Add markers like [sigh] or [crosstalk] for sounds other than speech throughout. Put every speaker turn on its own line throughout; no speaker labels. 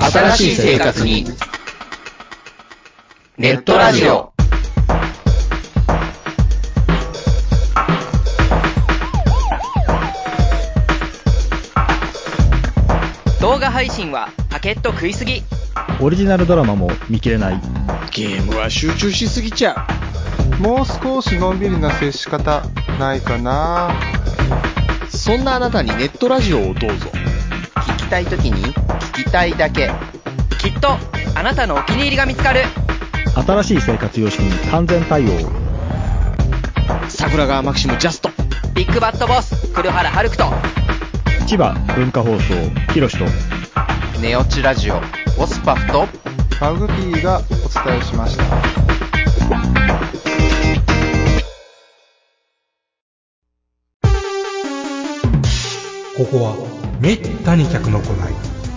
新しい生活に。ネットラジオ。
動画配信はパケット食いすぎ
オリジナルドラマも見切れない。
ゲームは集中しすぎちゃ
もう少しのんびりな接し方ないかな
うそんなあなたにネットラジオをどうぞ
聞きたいときに聞きたいだけきっとあなたのお気に入りが見つかる
新しい生活様式に完全対応。
桜川マキシムジャスト
ビッグバットボス黒原遥人
千葉文化放送、ひろしと。
ネオチラジオオスパフと
マグピーがお伝えしました。
ここはめったに客の来ない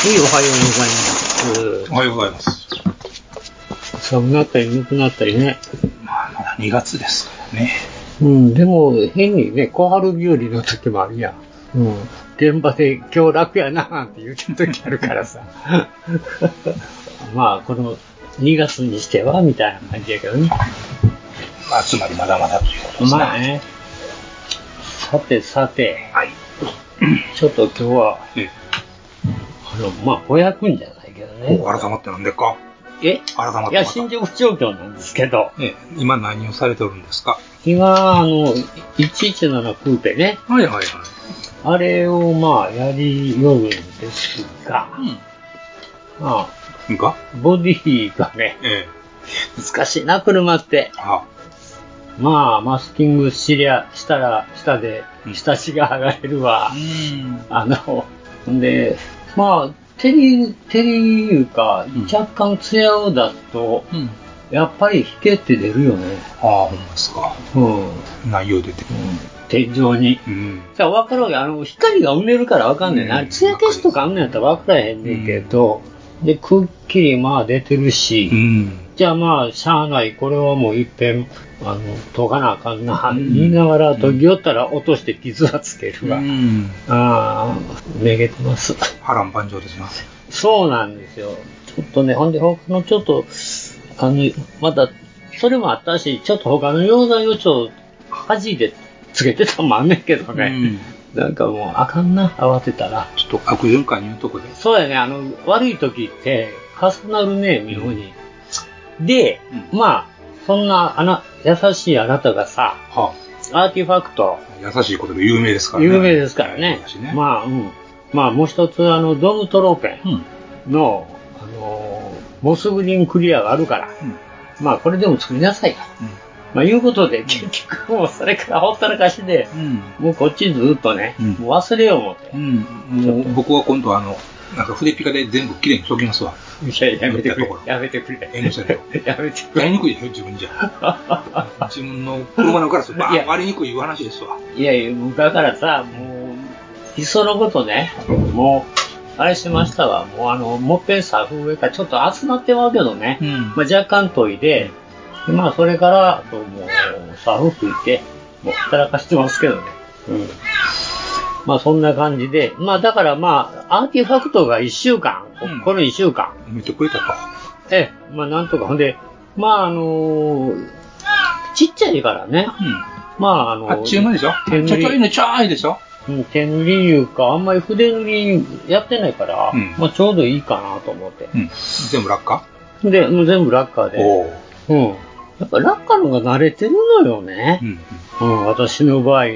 はい、おはようございます。
おはようございます。
寒くなったり眠くなったりね。
まあ、まだ2月ですからね。
うん、でも変にね、小春日和の時もあるやん。うん。現場で今日楽やなーって言う時あるから
[laughs]
さ。まあ、この2月にしてはみたいな感じやけどね。
まあ、つまりまだまだということですね。
まあね。さてさて、
はい。
ちょっと今日は、
え、
あの、まあ、ぼやくんじゃないけどね
お。改まってなんでか
え
改まっ
い
てま
や、
た
進捗状況なんですけど、
え、今何をされておるんですか
今、あの、117クーペね。
はいはいはい。
あれをまあやりよるんですが、まあ、
うん。が
ボディがね、
ええ。
難しいな、車って。
あ、
まあ、マスキングしりゃ、したら、下で
う、ん
下地が剥がれるわ。
ん。
あの、んで、まあ、照り、照りいうか
うん、
若干艶を出すと、
うん。
やっぱり引けって出るよね。
ああ、ほんまですか。
うん。
内容出て
天井に。
うん。
じゃあ分かるわけ。あの、光が埋めるから分かんねんな。
うん
ツヤ消しとかあんのやったら分からへんねんけど、で、くっきりまあ出てるし、
うん。
じゃあまあ、しゃあない。これはもう一遍、あの、研がなあかんな、言いながら研ぎよったら落として傷はつけるわ。
うん。
ああ、めげてます。
波乱万丈ですな。
そうなんですよ。ちょっとね、ほんで、ほのちょっと、あの、まだ、それもあったし、ちょっと他の溶剤をちょっと、恥でつけてたのもあんねんけどね。
うん。
なんかもう、あかんな、慌てたら。
ちょっと悪循環言うとこで。
そうやね、あの、悪い時って、重なるね、妙に。で、
うん
まあ、そんな、あな、優しいあなたがさ、
は
アーティファクト、
あ、優しいことで有名ですからね。
有名ですからね。
まあ、
まあ、うん。まあ、もう一つ、あの、ドムトロペ
うん。
ンの、あのー、モスグリーンクリアがあるから、まあ、これでも作りなさいと。まあ、いうことで、結局、もうそれからほったらかしで、
うん。
もうこっちずっとね、
うん
もう忘れよう思って
う。ん。もう僕は今度あの、なんか筆ピカで全部きれいにしときますわ。
いや、やめてくれ
言っ。たところ
やめてくれ。
遠慮したけど。
[laughs] やめてく
や
れ。
りにくいでしょ、自分じ [laughs] ゃ。自分の車のガラスバ
い
ー
や
ン割りにくいいう話ですわ。
いやいや、だからさ、もう、いっそのことね、もう、あれしましたわ。もうあの、もっぺんサフ上からちょっと集まってまうけどね。
ん
まあ、若干研いで、でまあ、それから、あともう、サフ吹いて、もう働かしてますけどね。うん。まあ、そんな感じで。まあ、だからまあ、アーティファクトが1週間、
うん
この1週間、
埋めてくれたと。
ええ、まあ、なんとか。ほんで、まあ、あのーちっちゃいからね。
うん。
まあ、あのー
あっちゅう間でしょちょ
手塗り
ちょいのちょいでしょ
うん手塗りいうか、あんまり筆塗りやってないから、
うん
まあちょうどいいかなと思って。
うん。全部落下
で、もう全部ラッカーで。
おー。
うん。やっぱラッカーの方が慣れてるのよね
う。ん。
うん、私の場合。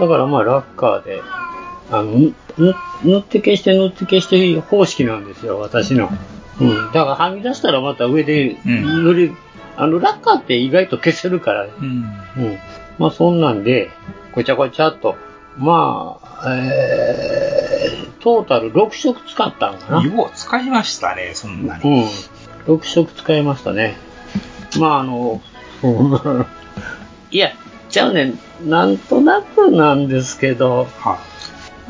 だからまあラッカーで、あの、ぬぬ塗って消して塗って消して方式なんですよ、私の。うん。だからはみ出したらまた上で
うん
塗り、あの、ラッカーって意外と消せるから、
うん。
うん。まあそんなんで、ごちゃごちゃっと、まあ、えー、トータル6色使ったんかな。
よう使いましたね、そんな
う
に。
ん。6色使いましたね。まあ、あの、いや、じゃあね、なんとなくなんですけど、
は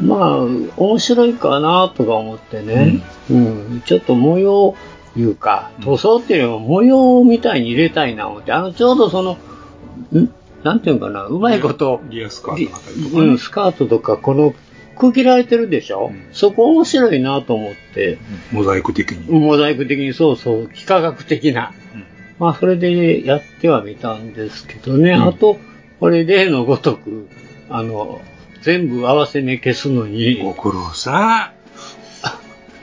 まあ、面白いかなとか思ってね、うんちょっと模様いうか、塗装っていうよりも模様みたいに入れたいな思って、あの、ちょうどその、んなんていうのかな、うまいこと、
リアスカートのあたりとか、
うん、スカートとか、この、区切られてるでしょ、
うん
そこ面白いなと思って、
モザイク的に。
モザイク的にそうそう、幾何学的な。まあ、それでやってはみたんですけどね。
うん
あと、これ例のごとく、あの、全部合わせ目消すの
ご
に、
苦労さ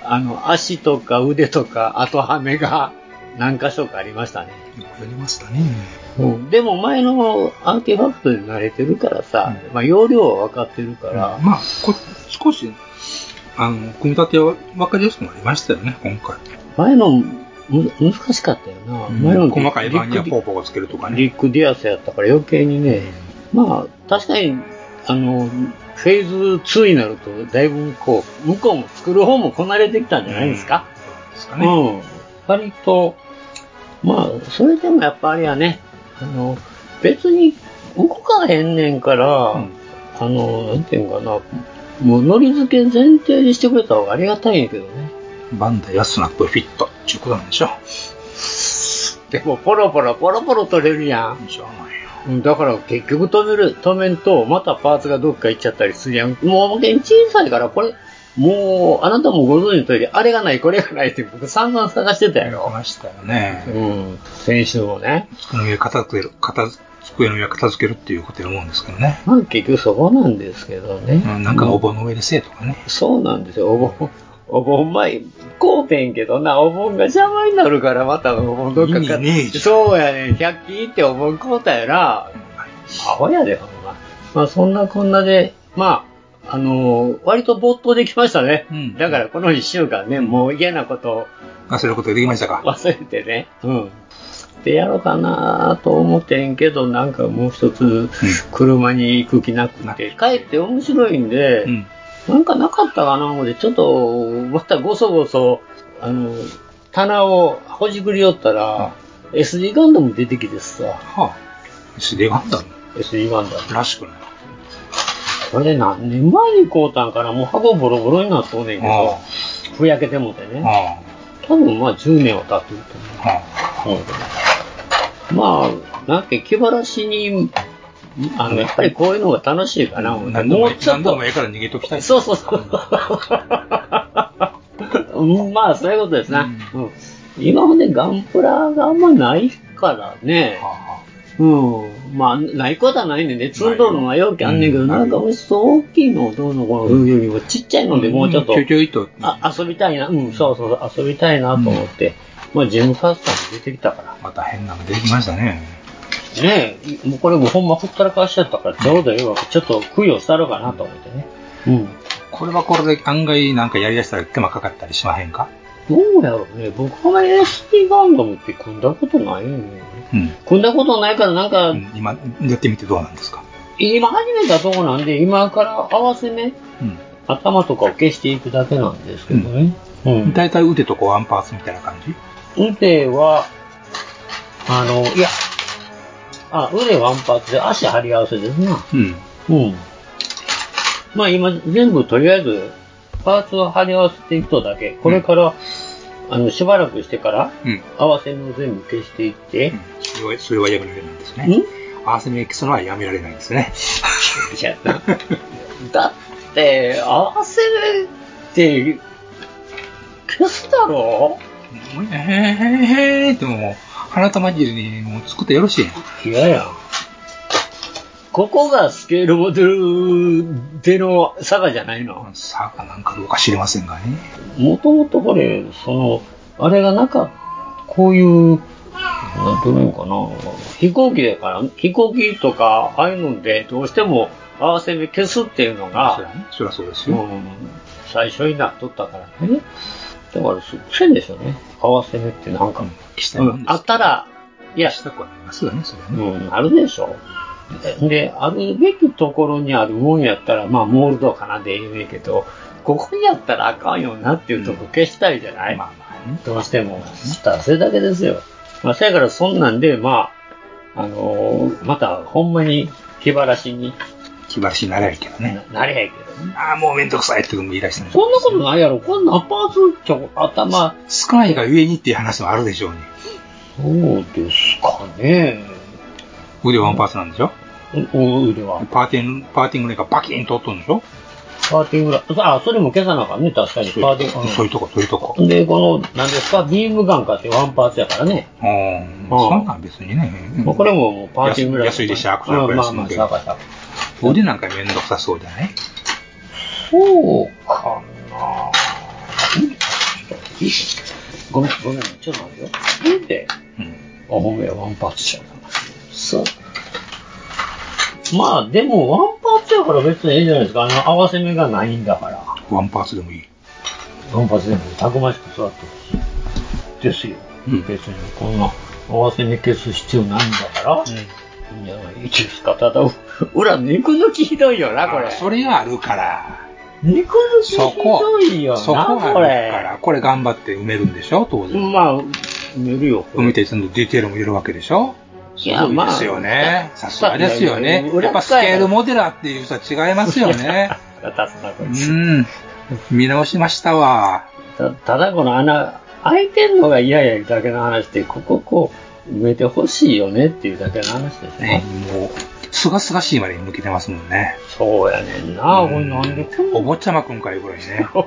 あの、足とか腕とか、あとはめが何箇所かありましたね。
ん。よくやりましたね。
でも前のアーティファクトで慣れてるからさ、まあ、容量は分かってるから、
まあ、こ少し、あの、組み立ては分かりやすくなりましたよね、今回。
前のむ難しかったよな。前の
細かい版には
びっくり
ポーポーをつけるとかね。
リック・ディアスやったから余計にね、まあ、確かに、あの、フェーズ2になると、だいぶこう、向こうも作る方もこなれてきたんじゃないですか。
ですか
う
ね。
ん。割と、まあ、それでもやっぱあれやね、あの、別に動かへんねんから、
うん
あの、なんていうのかな、もうノリ付け前提にしてくれた方がありがたいんやけどね。
バンダイアスナップフィットっていうことなんでしょ
でも、ポロポロ、ポロポロ取れるやん。
う。しょうがないよ。
うんだから結局止める、止めんと、またパーツがどっか行っちゃったりするやん。もう本当に小さいから、これ、もう、あなたもご存知の通り、あれがない、これがないって僕散々探してたや
やり
ろ。
ましたよね。
うん。先週もね。
机の上片付ける、片付机の上片付けるっていうことや思うんですけどね。
まあ結局そこなんですけどね。
うんなんかお盆の上でせえとかね。
そうなんですよ、お盆。お盆前、こうてんけどな、お盆が邪魔になるから、またお盆どっか
意味ねえじゃん
そうやねん、100均行ってお盆買うたやな。アホやで、ほんま。まあ、そんなこんなで、まあ、あのー割と没頭できましたね。
うん
だから、この1週間ね、もう嫌なこと
あ、そういうことできました
を
か。
忘れてね。うん。でやろうかなと思ってんけど、なんかもう一つ、車に行く気なく
なく
て
て、
帰って面白いんで、
うん。
なんかなかったかな思って、ちょっと、またごそごそ、あの、棚をほじくり寄ったら、SD ガンダム出てきてさ、
はあ。SD ガンダム
SD ガンダム。
らしくない。
これ何年前に買うたんかなもう箱ボロボロになっとうねんけど
あ、
ふやけてもうて
あ
ね。
あ。
多分まあ10年は経ってると
は
思う。まあ、なんか気晴らしに、あの、やっぱりこういうのが楽しいかな
あ。
思って。
何でも
もう
ええ
ちょ
何
っ
で
と
もええから逃げときたい。
そうそうそう。うんまあ、そういうことですな。うん今までガンプラがあんまないからね。
はあは
うん。まあ、ないことはないねんで、積んどるのは容器あんねんけ
う
ど、
ん
なんかもう大きいのをどうのこうのよりもちっちゃいのでもうちょっと
ん、ちょいちょいと。
あ遊びたいな、うん、そうそうそう、遊びたいなと思って、まあ、ジムファースターも出てきたから。
また変なの出てきましたね。
ねえ、もうこれもほんまほったらかしちゃったから、ちょうどよく、ちょっと供養したろうかなと思ってね。うん。
これはこれで案外なんかやりだしたら手間かかったりしまへんか
どうやろうね。僕は SD ガンダムって組んだことないよね。
うん。
組んだことないからなんか、
うん今、やってみてどうなんですか
今始めたとこなんで、今から合わせ目、
う。
頭とかを消していくだけなんですけどね。うん
だいたい腕とこうワンパーツみたいな感じ
腕は、あの、いや、あ、腕ワンパーツで足張り合わせですな。
うん。
うん。まあ今全部とりあえずパーツを貼り合わせていくとだけ。これから、あの、しばらくしてから
うん。
合わせ目を全部消していって、
それは、それはやめられないんです
ん
ね。合わせ目消すのはやめられないんですね。
いや [laughs] だだって、合わせるって、消すだろ
もうへへへへーってもう、花玉汁にもう作ってよろしいやん
嫌やん。ここがスケールモデルでの差がじゃないの。
さあ、なんかどうか知りませんがね。
もともとこれ、その、あれがなかった、こういう、なんていうのかな、飛行機だから、飛行機とか、ああいうので、どうしても合わせ目消すっていうの
そり
が
ゃ、ねそりゃそうです
う
よ。
ん、最初になっとったからね。だから、すっごいんですよね。合わせ目ってなんか、
消した
う
いも
ん
んです。
あったら、いや
消、したくはなりますよね、それは
う
ね。
ん、あるでしょ。で、あるべきところにあるもんやったら、まあ、モールドかなでええねんけど、ここにやったらあかんよなっていうとこ消したいじゃない、
まあまあね。
どうしても。ただそれだけですよ。まあ、そやからそんなんで、まあ、あのーまた、ほんまに気晴らしに
気晴らしになれるけど
な
ね。
なれへんけどね。
ああ、もうめんどくさいってことも言い出してね。
そんなことないやろ。こんなパーツちょ、頭、
少ないがゆえにっていう話もあるでしょうね。
そうですかね。
腕ワンパーツなんでしょ
おお腕は。
パーティング、パーティングのがバキンと折っとるんでしょ
パーティングラ、あ、それも消さなあかんね、確かに。パーティング。
そういうとこ、そういうとこ。
で、この、なんですか、ビームガンかってワンパーツやからね。
うん。
ああ
そんなん別にね。うん
もうこれももうパーティングぐらい。
安いでしょ
うんまあ
安
まあ、
いでし
シ
ょ
ャカシャカ。
腕なんかめんどくさそうじゃない
そうかなごめん、ごめん、ちょっと待ってよ。なんで
うん。
あ、ほんまや、ワンパーツちゃうな。そう。まあ、でも、ワンパーツやから別にええじゃないですか。あの、合わせ目がないんだから。
ワンパーツでもいい。
ワンパーツでもたくましく育ってるし。ですよ。
うん
別に、こんな、合わせ目消す必要ないんだから。いや、いいですか。ただ、う裏、肉抜きひどいよな、これ。
あそれがあるから。
肉抜きひ
そこ
どいよな、
そこがある
こ
か
れ。
ら。これ頑張って埋めるんでしょ当然。
まあ、塗るよ。こ
埋
れ
めて、そのディテールもいるわけでしょ
いや、まあ。
ですよね。さすがですよね。や
裏
っぱスケールモデラーっていう人は違いますよね。
立つな、こ
う
いつ。
ん。見直しましたわ。
たただこの穴、開いてんのが嫌やいうだけの話で、こここう、埋めてほしいよねっていうだけの話です
ね
ね。、
もう、すがすがしいまでに向けてますもんね。
そうやねんな、これなんでこんな
お坊ちゃまくんかいうぐらいね。
お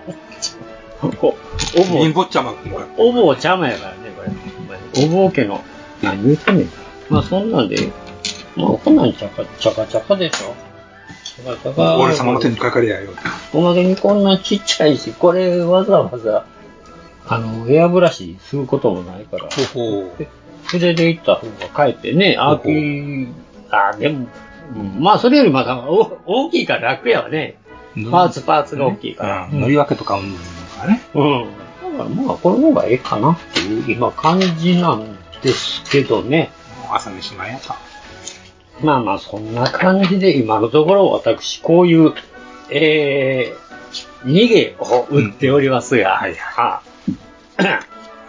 イン坊
ぼ、
ちゃまくんか。
おぼちゃまやからね、これほんまに。おぼ家の、何言ってんねんから。まあそんなんで、まあこんなんちゃか、ちゃかちゃかでしょ。ちゃかちゃか。
俺様の手にかかりやよ。
おまけにこんなちっちゃいし、これわざわざ、あの、エアブラシすることもないから、
ほほう。
筆で行った方がかえってね、アーキー、あー、でも、うんまあそれよりまだお大きいから楽やわね。パーツパーツが大きいから。
うん。乗り分けとかうんからね。
うん。だからまあこの方がええかなっていう今感じなんですけどね。
朝飯前やった。
まあまあそんな感じで今のところ私こういう、えー、逃げを打っておりますが、
うんはい
は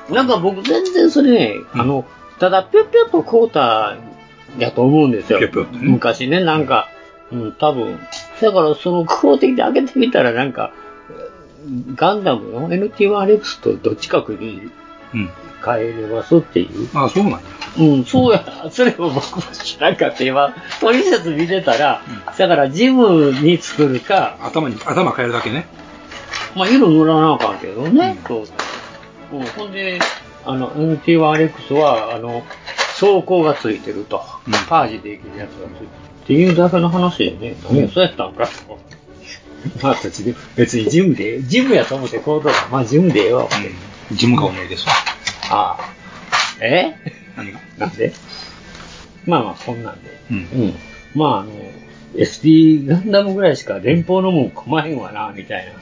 い。なん [clears throat] か僕全然それね、
うん
あの、ただぴょぴょっとこうたやと思うんですよ。
ぴょぴょっとね
昔ね、なんか、うん、多分。だからその公的で開けてみたらなんか、ガンダムの NT1RX とどっちかに
うん。
変えれますっていう。
あ、そうなんや。
うん、そうや、それも僕も知らんかった。今、トリセツ見てたら、だからジムに作るか、
頭に、頭変えるだけね。
まあ、色塗らなあかんけどね、そううん、ほんで、あの、NT1RX は、あの、装甲がついてると、
うん
パージできるやつがついてるっていうだけの話でね、何やそうやったんかと。まあ別に、別にジムで、ジムやと思って行動は、まあジムでええわ。
うん。ジムが重いですわ。
ああ。え
何が
なんでまあまあ、こんなんで。
うん
うん。まあ、あの、SD ガンダムぐらいしか連邦のもん来まへんわな、みたい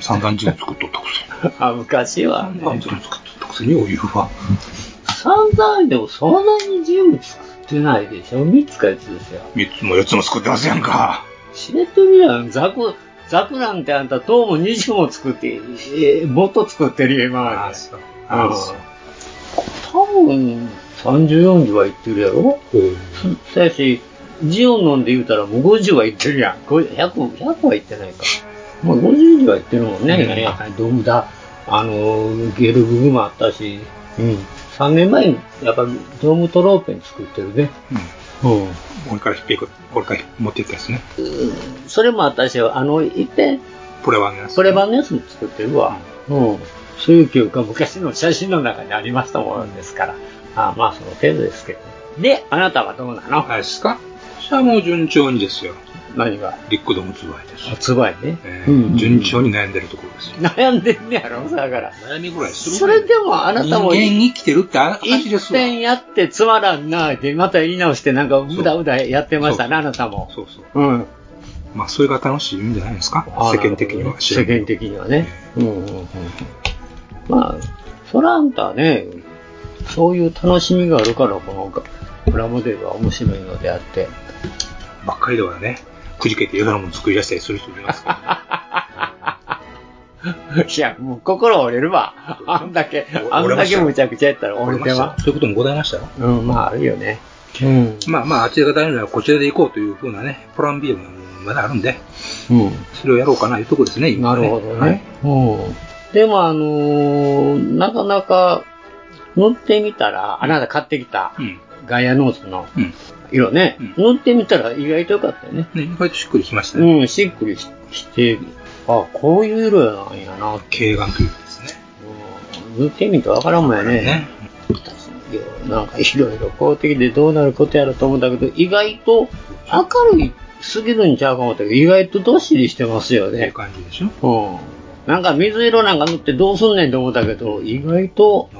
散々ジム作っとったくせに。
な。 [laughs] あ、昔は、
散
ね。
々ジム作っとったくせに、お湯は。
散々でもそんなにジム作ってないでしょ ?3 つか4つですよ。
三つも四つも作ってますやんか。
知れてるやん。ザク、ザクなんてあんたどうも20も作って、えーもっと作ってるよ、今まで。
う。
うん多分、30、40は言ってるやろそやし、ジオンのんで言うたらもう50は行ってるやん。50 100, 100は行ってないか。もう50以上は行ってるもんね。
うん
いやドムだ、あの、ゲルググもあったし、うん。3年前に、やっぱドームトローペン作ってるね。
うん。
うん。
俺から引っぺく、俺から持ってったやつね。
それもあったし、あの、いっぺん、
プレワンのやつ。
それ版のやつも作ってるわ。うん。そういう記憶が昔の写真の中にありましたもんですから。あまあ、その程度ですけど。で、あなたはどうなの、
あれですかそれはもう順調にですよ。
何が
リックドムツバイです。
発売ね。
えー順調に悩んでるところですよ。
悩んでんねやろ、だから。
悩みぐらいする
それでもあなたも
人間生きてるってあ話で
一
すわ。
点やってつまらんなで、また言い直してなんかうだうだやってましたね、
そう
あなたも。
そうそう。
うん。
まあ、それが楽しいんじゃないですか。世間的には。知ら
世
んけど
間的にはね。うんうんうん。まあ、そらあんたはね、そういう楽しみがあるから、この、ラモデルは面白いのであって、
ばっかりだからね、くじけて映画のもの作り出したりする人もい
[laughs]
ますから。
[laughs] いや、もう心折れるわ。あんだけ、あんだけむちゃくちゃやったら折れてま
そういうこともございましたよ。
す。うん、まああるよね。うん。
まあまあ、あちらが誰ならこちらで行こうというふうなね、プラン B もまだあるんで、
う
それをやろうかなというところですね、
ん。
今は
なる
ね
ほどね。。うん。でもあのーなかなか塗ってみたら、あなた買ってきた
はいうん。
ガイアノーズの
うん。
色ね、
う
塗ってみたら意外と良かったよね。
ね、意外としっくりきましたね。
うん、しっくりしして、あ、こういう色なんやな、
軽眼というかですね。
うん、塗ってみるとわからんもんやね。
ね。
なんかいろいろ公的でどうなることやろと思ったけど、意外と明るいすぎるんちゃうかもったけど、意外とどっしりしてますよ
っていう
ね。
感じでしょ。
うん。なんか水色なんか塗ってどうすんねんと思ったけど、意外と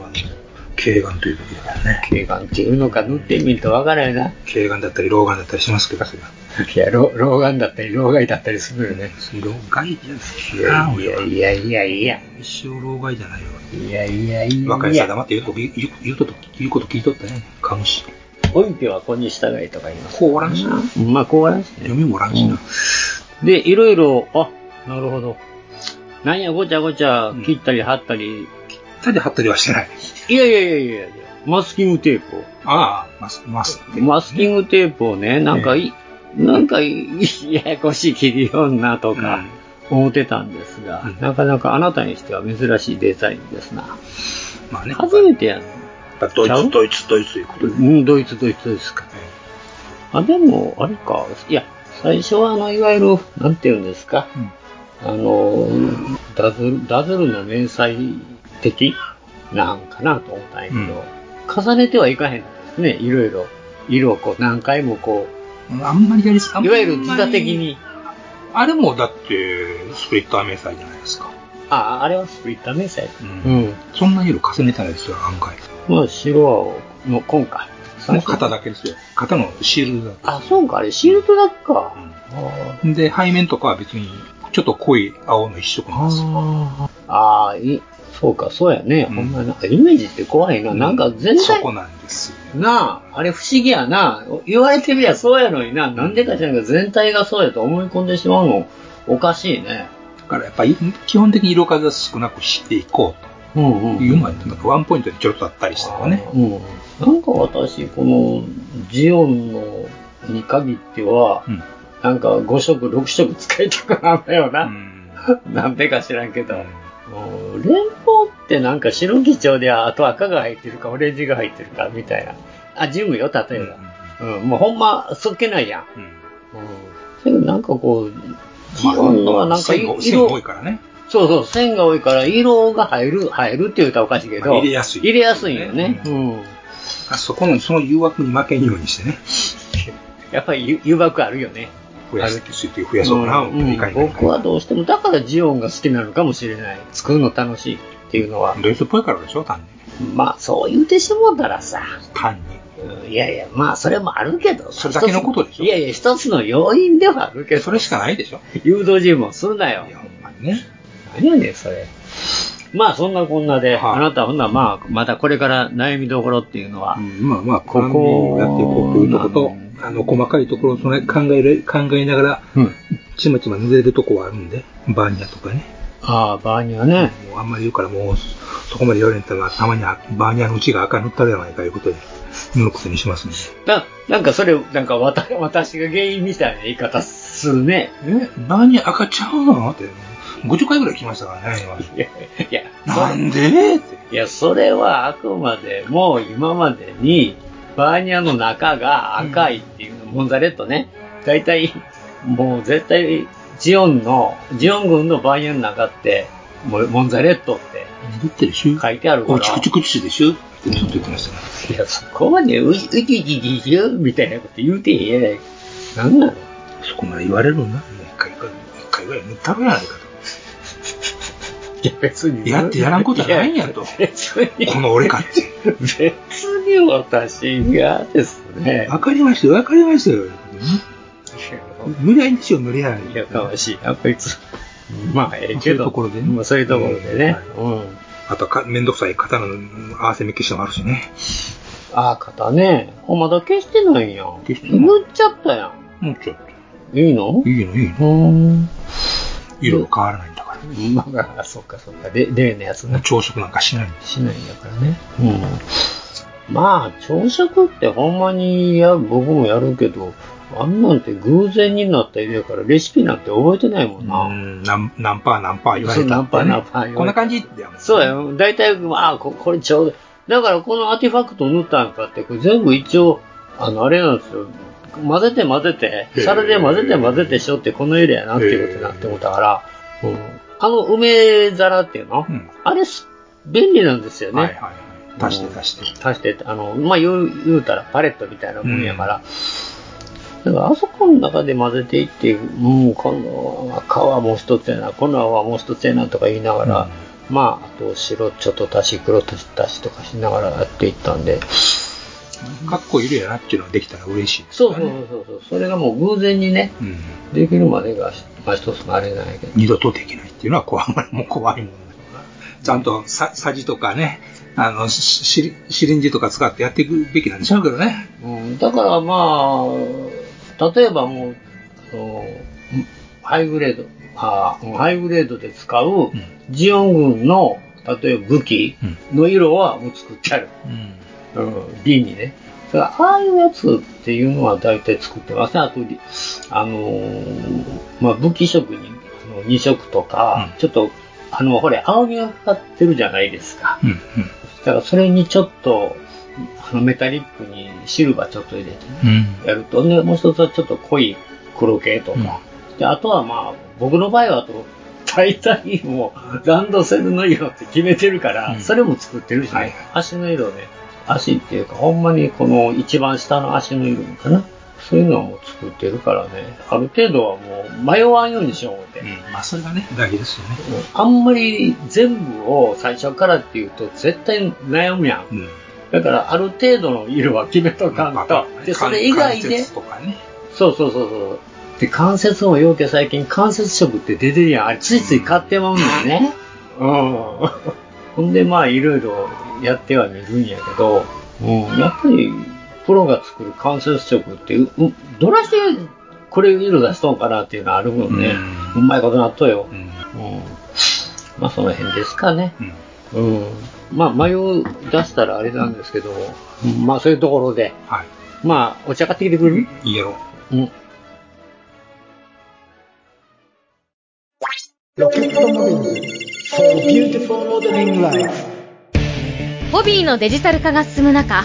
軽眼という時だからね。
軽眼っていうのか塗ってみるとわからんよな。
軽眼だったり、老眼だったりしますけど、それは。
いや、老老眼だったり、老害だったりするよね。
老害じゃない
い
よな、俺
や
は。
いやいやいや
一生老害じゃないよ。
いやいやいや。
若いさ黙って言うとこ、言う言うこと、言うこと聞いとったね。かむし。
音響は子に従いとか言います。
こうおらんしな。
まあ、こうやね。
読みもおらんしな。
で、いろいろ、あ、なるほど。なんや、ごちゃごちゃ切ったり貼ったり。
手で貼ったりはしてない。
いやいやいやいやいやマスキングテープを。
ああ、マス、マスって。
マスキングテープをね、なんかい、なんかい、ややこしい切りよんなとか思ってたんですが、
うん
なかなかあなたにしては珍しいデザインですな。
まあね。
初めてやん。
やっぱドイ
ちゃう
ツ、ドイツ、ドイツということで。
うん、ドイツ、ドイツ、ドイツか。あ、でも、あれか。いや、最初は、あの、いわゆる、なんていうんですか。あの、ダズル、ダズルの連載的なんかなと思ったんやけど、重ねてはいかへんですね、いろいろ。色をこう、何回もこ
あんまりやりす
う、いわゆる自他的。に。
あれもだって、スプリッター迷彩じゃないですか。
あ、あれはスプリッター連載。
うん。そんな色重ねたらですよ、案外。
うん。まあ、白青の今回。
その肩だけですよ。肩のシールだけ。
あ、そうか、あれ、シールドだっか。あー
で、背面とかは別に、ちょっと濃い青の一色なんですよ。
ああ、いそうか、そうやね。
うん
ほんまなんかイメージって怖いな。なんか全
そ
体、
こなんですよ。
なあ、あれ不思議やな。言われてみりゃそうやのにな。なんでか知らんけど、全体がそうやと思い込んでしまうの、おかしいね。
だからやっぱり、基本的に色数は少なくしていこ
うん
うというのは、なんかワンポイントでちょろっとあったりしたらね。
うん。なんか私、この、ジオンの、に限っては、
うん。
なんか5色、6色使いたくなんだよな。 [laughs] なんでか知らんけど。うん連邦ってなんか白基調であと赤が入ってるかオレンジが入ってるかみたいな。あ、ジムよ、例えば。うん、もうほんま、そっけないやん。うん。けどなんかこう、ジオンのはなんか
色
色、
が多いからね。
そうそう、線が多いから色が入る、入るって言うたらおかしいけど、
まあ入れやすい
入れやすいよね。
う
うん。
あそこの、その誘惑に負けんようにしてね、
やっぱりゆ誘惑あるよね。
増やして、増やそうかな、
うん
いかにか
僕はどうしても、だからジオンが好きなのかもしれない。作るの楽しいっていうのは。
ドイツっぽいからでしょ、単に。
まあ、そう言うてしもうたらさ、
単に。
いやいや、まあ、それもあるけど。
それだけのことでしょ
いやいや、一つの要因ではあるけど、
それしかないでしょ。
誘導尋問するなよ
い。や、ほんまにね。
何やねん、それ。まあ、そんなこんな
は
で、
い
あなた、ほんならまあ、またこれから悩みどころっていうのは、
うんまあまあ、
こ
こ
こ
こをやっていこうというとこと、あの、細かいところをその考えれ、考えながら、
うん
ちまちま濡れるとこはあるんで、バーニアとかね。
ああ、場合にはね、
もうあんまり言うからもう、そこまで言われんたら、たまにはバーニアのうちが赤塗ったるやないかいうことで、塗ることにしますんで。
ななんかそれ、なんかわた私が原因みたいな言い方するね。
え、バーニア赤ちゃうのって、50回ぐらい来ましたからね、
いや、いや、
今。なんでって。
いや、それはあくまでも今までにバーニャの中が赤いっていうの、モンザレットね。大体、もう絶対、ジオンの、ジオン軍のバーニャの中って、もうモンザレットって
塗ってるしゅ
書いてあるか
お
ら。
ちくちくちでしゅってずっと言ってましたね。
いや、そこまでウキウキウキウキみたいなこと言うてへんやないか。なんなの
そこまで言われるんだ。もう一回ぐらい、一回ぐらい塗ったるやないかと。
いや、別に。
やってやらんことはないんやと
い別に、
この俺かって。
別に私がですね。
わかりましたよ、わかりましたよ。無理やりですよ、無理やり。
いやかましいな、こいつ。まあ、ええけど。
そういうところでね
まあ、そういうところでね。うん。
あとか、めんどくさい刀の合わせ目消しもあるしね。
ああ、型ね。あ、まだ消してないやん。
消してない
塗っちゃったやん。
もうちょっ
いいの
と。いいの、いいの。
うーん。
色が変わらないんだから。
まあ、そっかそっか。で、例のやつな。
朝食なんかしないんです。
しないんだからね。うん。まあ、朝食ってほんまにや、僕もやるけど、あんなんて偶然になった色やから、レシピなんて覚えてないも
うん
な。
ん、なん何パー何パー言われた
そう何パー何パー言われた
こんな感じだよね。
そうやよ。大体、まあ、ここれちょうど。だから、このアーティファクト塗ったんかって、これ全部一応、あの、あれなんですよ。混ぜて混ぜて、
へー
皿で混ぜて混ぜてしょって、このエリアやなっていうことになってもたから、うんあの梅皿っていうの、
うん
あれす、便利なんですよね。
はいはいはい。足して足して。
足して、あの、まあ、言う、言うたらパレットみたいなもんやから、だからあそこの中で混ぜていって、うん、今度は皮もう一つやな、粉はもう一つやなとか言いながら、まあ、あと白ちょっと足し、黒足し足しとかしながらやっていったんで、
かっこいるやなっていうのができたら嬉しいです。
そうそうそうそう、それがもう偶然にね、
うん。
できるまでが、まあ一つのあれなんやけど、
二度とできないっていうのは怖い、もう怖いもんだから。ちゃんとさ、さじとかね、あの、ししシリンジとか使ってやっていくべきなんでしょうけどね。
うん、だからまあ、例えばもう、あのハイグレード、あーハイグレードで使うジオン軍の、例えば武器の色はもう作ってある。
うん。
うん、瓶にね。だからああいうやつっていうのは大体作ってますね。あと、りあのーまあ、武器色に、あの二色とか、
うん
ちょっと、あの、ほれ、青みがかかってるじゃないですか。
うん。
だからそれにちょっと、あのメタリックにシルバーちょっと入れてね、
うん。
やると、ね、もう一つはちょっと濃い黒系とか、であとはまあ、僕の場合はあと、大体もうランドセルの色って決めてるから、
うん
それも作ってるしね、
はいはい
足の色ね、足っていうか、ほんまにこの一番下の足の色かな。そういうのはもう作ってるからね、ある程度はもう迷わんようにしよう思って。
うん。まあ、それがね、大事ですよね。
あんまり全部を最初からっていうと絶対悩むやん。
うん。
だからある程度の色は決めとかんと。で、それ以外
関
で、
節とかね。
そうそうそうそう。で、関節もようけ最近関節色って出てるやん。あれついつい買ってまうのよね。うん。ほんでまあいろいろやってはみるんやけど、うん、やっぱりプロが作る関節色って、ううどないしてこれ色出しとんかなっていうのはあるもんね。う
うん
まいことなっとよ。
うん。
うんまあその辺ですかね。
うん。
うん。まあ迷う出したらあれなんですけど、まあそういうところで、
は
まあお茶買ってきてくれる
い。いいやろ。
うん。
ホビーのデジタル化が進む中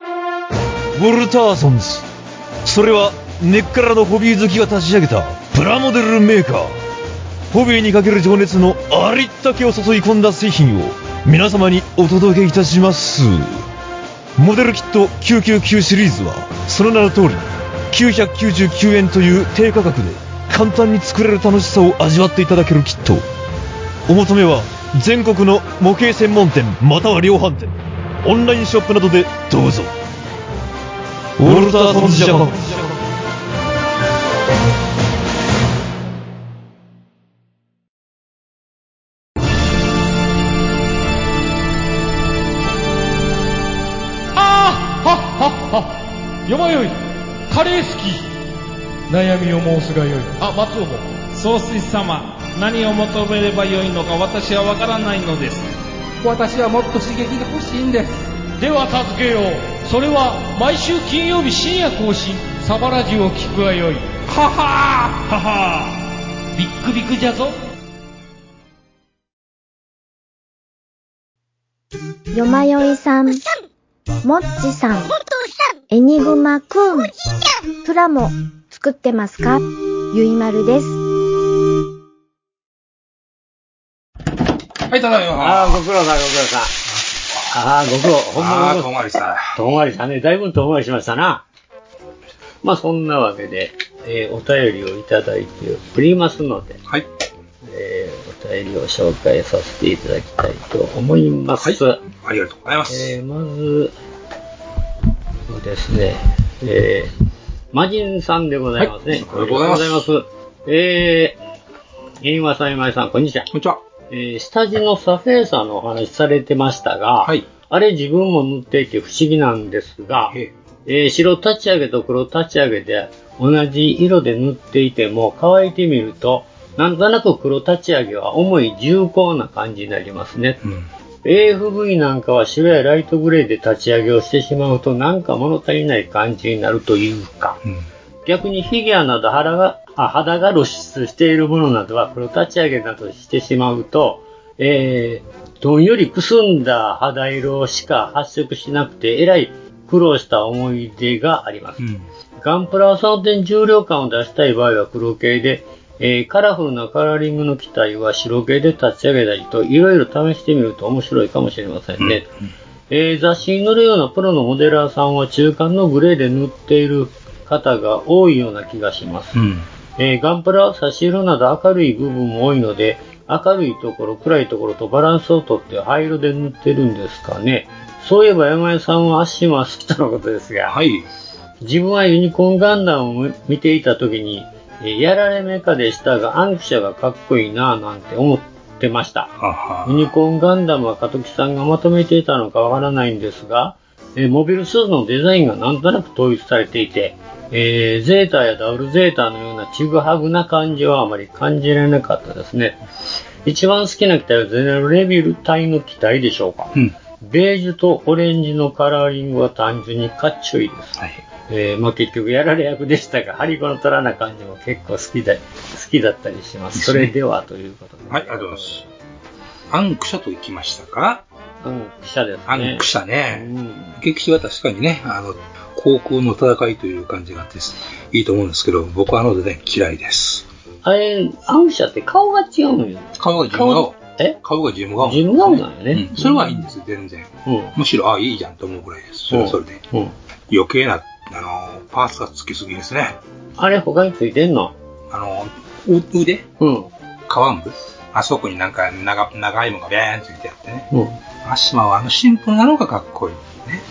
ウォルターソンズそれは根っからのホビー好きが立ち上げたプラモデルメーカーホビーにかける情熱のありったけを注い込んだ製品を皆様にお届けいたしますモデルキット999シリーズはその名の通り999円という低価格で簡単に作れる楽しさを味わっていただけるキットお求めは全国の模型専門店または量販店オンラインショップなどでどうぞウォルターソンズジャパン
ああはっはっはよまよいカレー好き悩みを申すがよいあ松尾も総帥様何を求めればよいのか私はわからないのです私はもっと刺激が欲しいんですでは助けようそれは毎週金曜日深夜更新サバラジュを聞くがよいははははビックビックじゃぞ
よまよいさん、もっちさん、エニグマくん、プラモ作ってますかゆいまるです。
はい、ただいま。
ああ、ご苦労さん、ご苦労さん。ああ、ご苦労。ほんまご
あー
苦労。
遠回りした。
遠回りしたね。だいぶ遠回りしましたな。まあ、そんなわけで、えーお便りをいただいておりますので、
はい。
えーお便りを紹介させていただきたいと思います。
ありがとうございます。
えーまず、そうですね、えー、マジンさんでございますね。ありが
とうございます
とうございます。えー、えー、さん、今井さん、こんにちは。こ
んにちは。
えー、下地のサフェーサーのお話されてましたが、あれ自分も塗っていて不思議なんですが、えー白立ち上げと黒立ち上げで同じ色で塗っていても乾いてみると、なんとなく黒立ち上げは重い重厚な感じになりますね。AFV なんかは白やライトグレーで立ち上げをしてしまうとなんか物足りない感じになるというか、逆にフィギュアなど肌があ肌が露出しているものなどは黒立ち上げなどしてしまうと、えー、どんよりくすんだ肌色しか発色しなくてえらい苦労した思い出があります。ガンプラはその点重量感を出したい場合は黒系で、えーカラフルなカラーリングの機体は白系で立ち上げたりと、いろいろ試してみると面白いかもしれませんね。えー雑誌に載るようなプロのモデラーさんは中間のグレーで塗っている方が多いような気がします。
うん。
えーガンプラは差し色など明るい部分も多いので、明るいところ、暗いところとバランスをとって灰色で塗ってるんですかね。そういえば山井さんはアッシマー好きとのことですが、自分はユニコーンガンダムを見ていた時に、えーやられメカでしたが、アンクシャがかっこいいなぁなんて思ってました。ユニコーンガンダムはトキさんがまとめていたのかわからないんですが、えーモビルスーツのデザインがなんとなく統一されていて、えーゼータやダブルゼータのようなちぐはぐな感じはあまり感じられなかったですね。一番好きな機体はゼネラルレビル体の機体でしょうか。ベージュとオレンジのカラーリングは単純にかっちょいいです。えーまあ、結局やられ役でしたが、ハリコの虎な感じも結構好きだ好きだったりします。それではということで。
はい、ありがとうございます。アンクシャと行きましたか
アンクシャですね。
アンクシャね。歴史は確かにね、あの、航空の戦いという感じがあって、いいと思うんですけど、僕はあのデザイン嫌いです。
あれ、アンシャって顔が違うのよ。
顔がジム顔。
え
顔がジム顔。
ジム顔なんよね。
それはいいんですよ、全然。むしろ、ああ、いいじゃんと思うぐらいです。それはそれで。余計な、あの、パーツがつきすぎですね。
あれ他についてんの
あの、う腕
うん。
皮部あそこになんか長長いものがビャーンついてあってね。
うん。
アシマはあのシンプルなのがかっこいい、ね。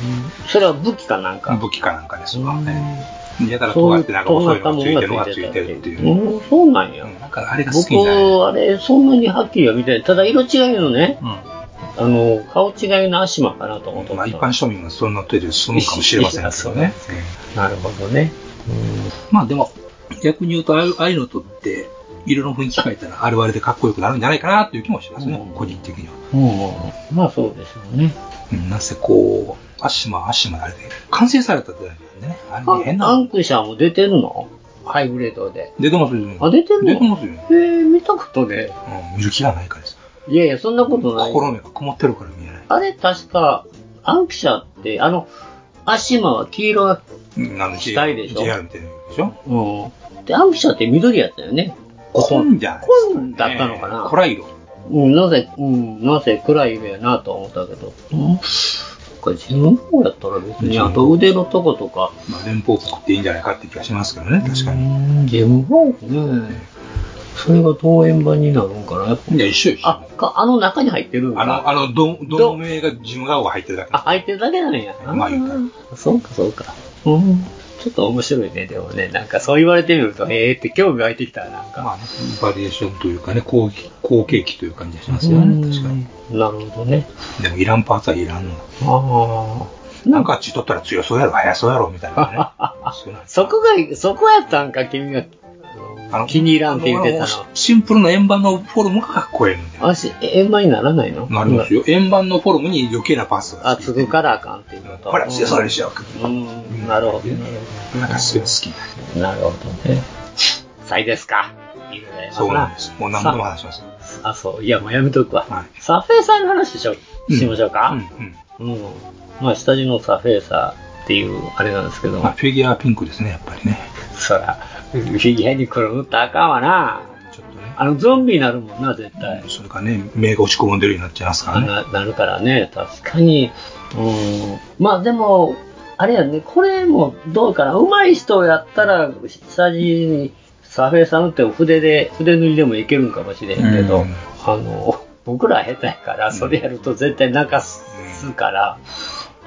それは武器かなんか
武器かなんかですわね。やたら尖ってなんか細いのがついてるのがついてるっていう。
うん、そうなんや。
なんかあれが好
僕
きじゃない。、
あれ、そんなにはっきりは見てない。ただ色違いのね、あの、顔違いのアシマかなと思って
まあ一般庶民がそんな手で済むかもしれませんけどね。
なるほどね。
まあでも、逆に言うと、ああいうああいうのとって、色の雰囲気変えたら、あれはあれでかっこよくなるんじゃないかなという気もしますね、個人的には。
うん。まあそうでしょうね。
うんなんせこう、アシマ、アシマあれで、完成されたってね、あれね変な。
アンクシャも出てるのハイブレードで。
出てますよ。
あ、出てるの
出てますよ。
えー、見たことね。
見る気がないからです。
いやいや、そんなことない。
心目がこもってるから見え
あれ、確か、アンクシャって、あの、アシマは黄色が
ない。うん、
したいでしょ
JR みたいなやつでしょ
うん。で、アンクシャって緑やったよね。
紺じゃない
紺だったのかな。
暗い色。
うん、なぜ、うん、なぜ暗い色やなと思ったけど。うん。これ自分の方やったら別に、あと腕のとことか。
まあ、連邦国っていいんじゃないかって気がしますけどね、確かに。
ゲームボーイね。それが登園版になるんかな。
いや、一緒一緒。
あ、かあの中に入ってるん
あ
か。
の、あの、ど、同盟が、ジムガオが入ってるだけ。
あ、入ってるだけなんや。
まあ言うたら
そうか、そうか。うん。ちょっと面白いね、でもね。なんかそう言われてみると、へえって興味湧いてきたらなんか。
バリエーションというかね、後期、後継期という感じがしますよね。確かに。
なるほどね。
でも、いらんパーツはいらんの。
あ
なんか、ち取ったら強そうやろ、速そうやろ、みたいなね。
[laughs] あ。そこが、そこやったんか、君が。気に入らんって言ってた
あ
の。
シンプルな円盤のフォルムがかっこええみたい
あし、円盤にならないの
な。なりますよ。円盤のフォルムに余計なパーツが。
あ、継ぐからあかんっていうこと。
ほら、強そうでしょ。
うん、なるほど。
なんか、そういうの好きになる。
なるほどね。さいですか。いいので
そうなんです。もう何度も話します。
あ、そう。いや、もうやめとくわ。サフェーサーの話ししょしましょうか。うん、うんまあ、下地のサフェーサーっていう、あれなんですけど
まあ、
も。
フィギュアはピンクですね、やっぱりね。
そら、フィギュアにこれ塗ったらあかんわな。あの、ゾンビになるもんな、絶対。
それかね、目が落ち込んでるようになっちゃいますからね。
ななるからね、確かに。うん。まあでも、あれやね、これもどうかな。上手い人やったら、下地にサーフェイさんって筆で、筆塗りでもいけるんかもしれへんけ
う
ど、
ん
あの、僕ら下手やから、それやると絶対泣かすから、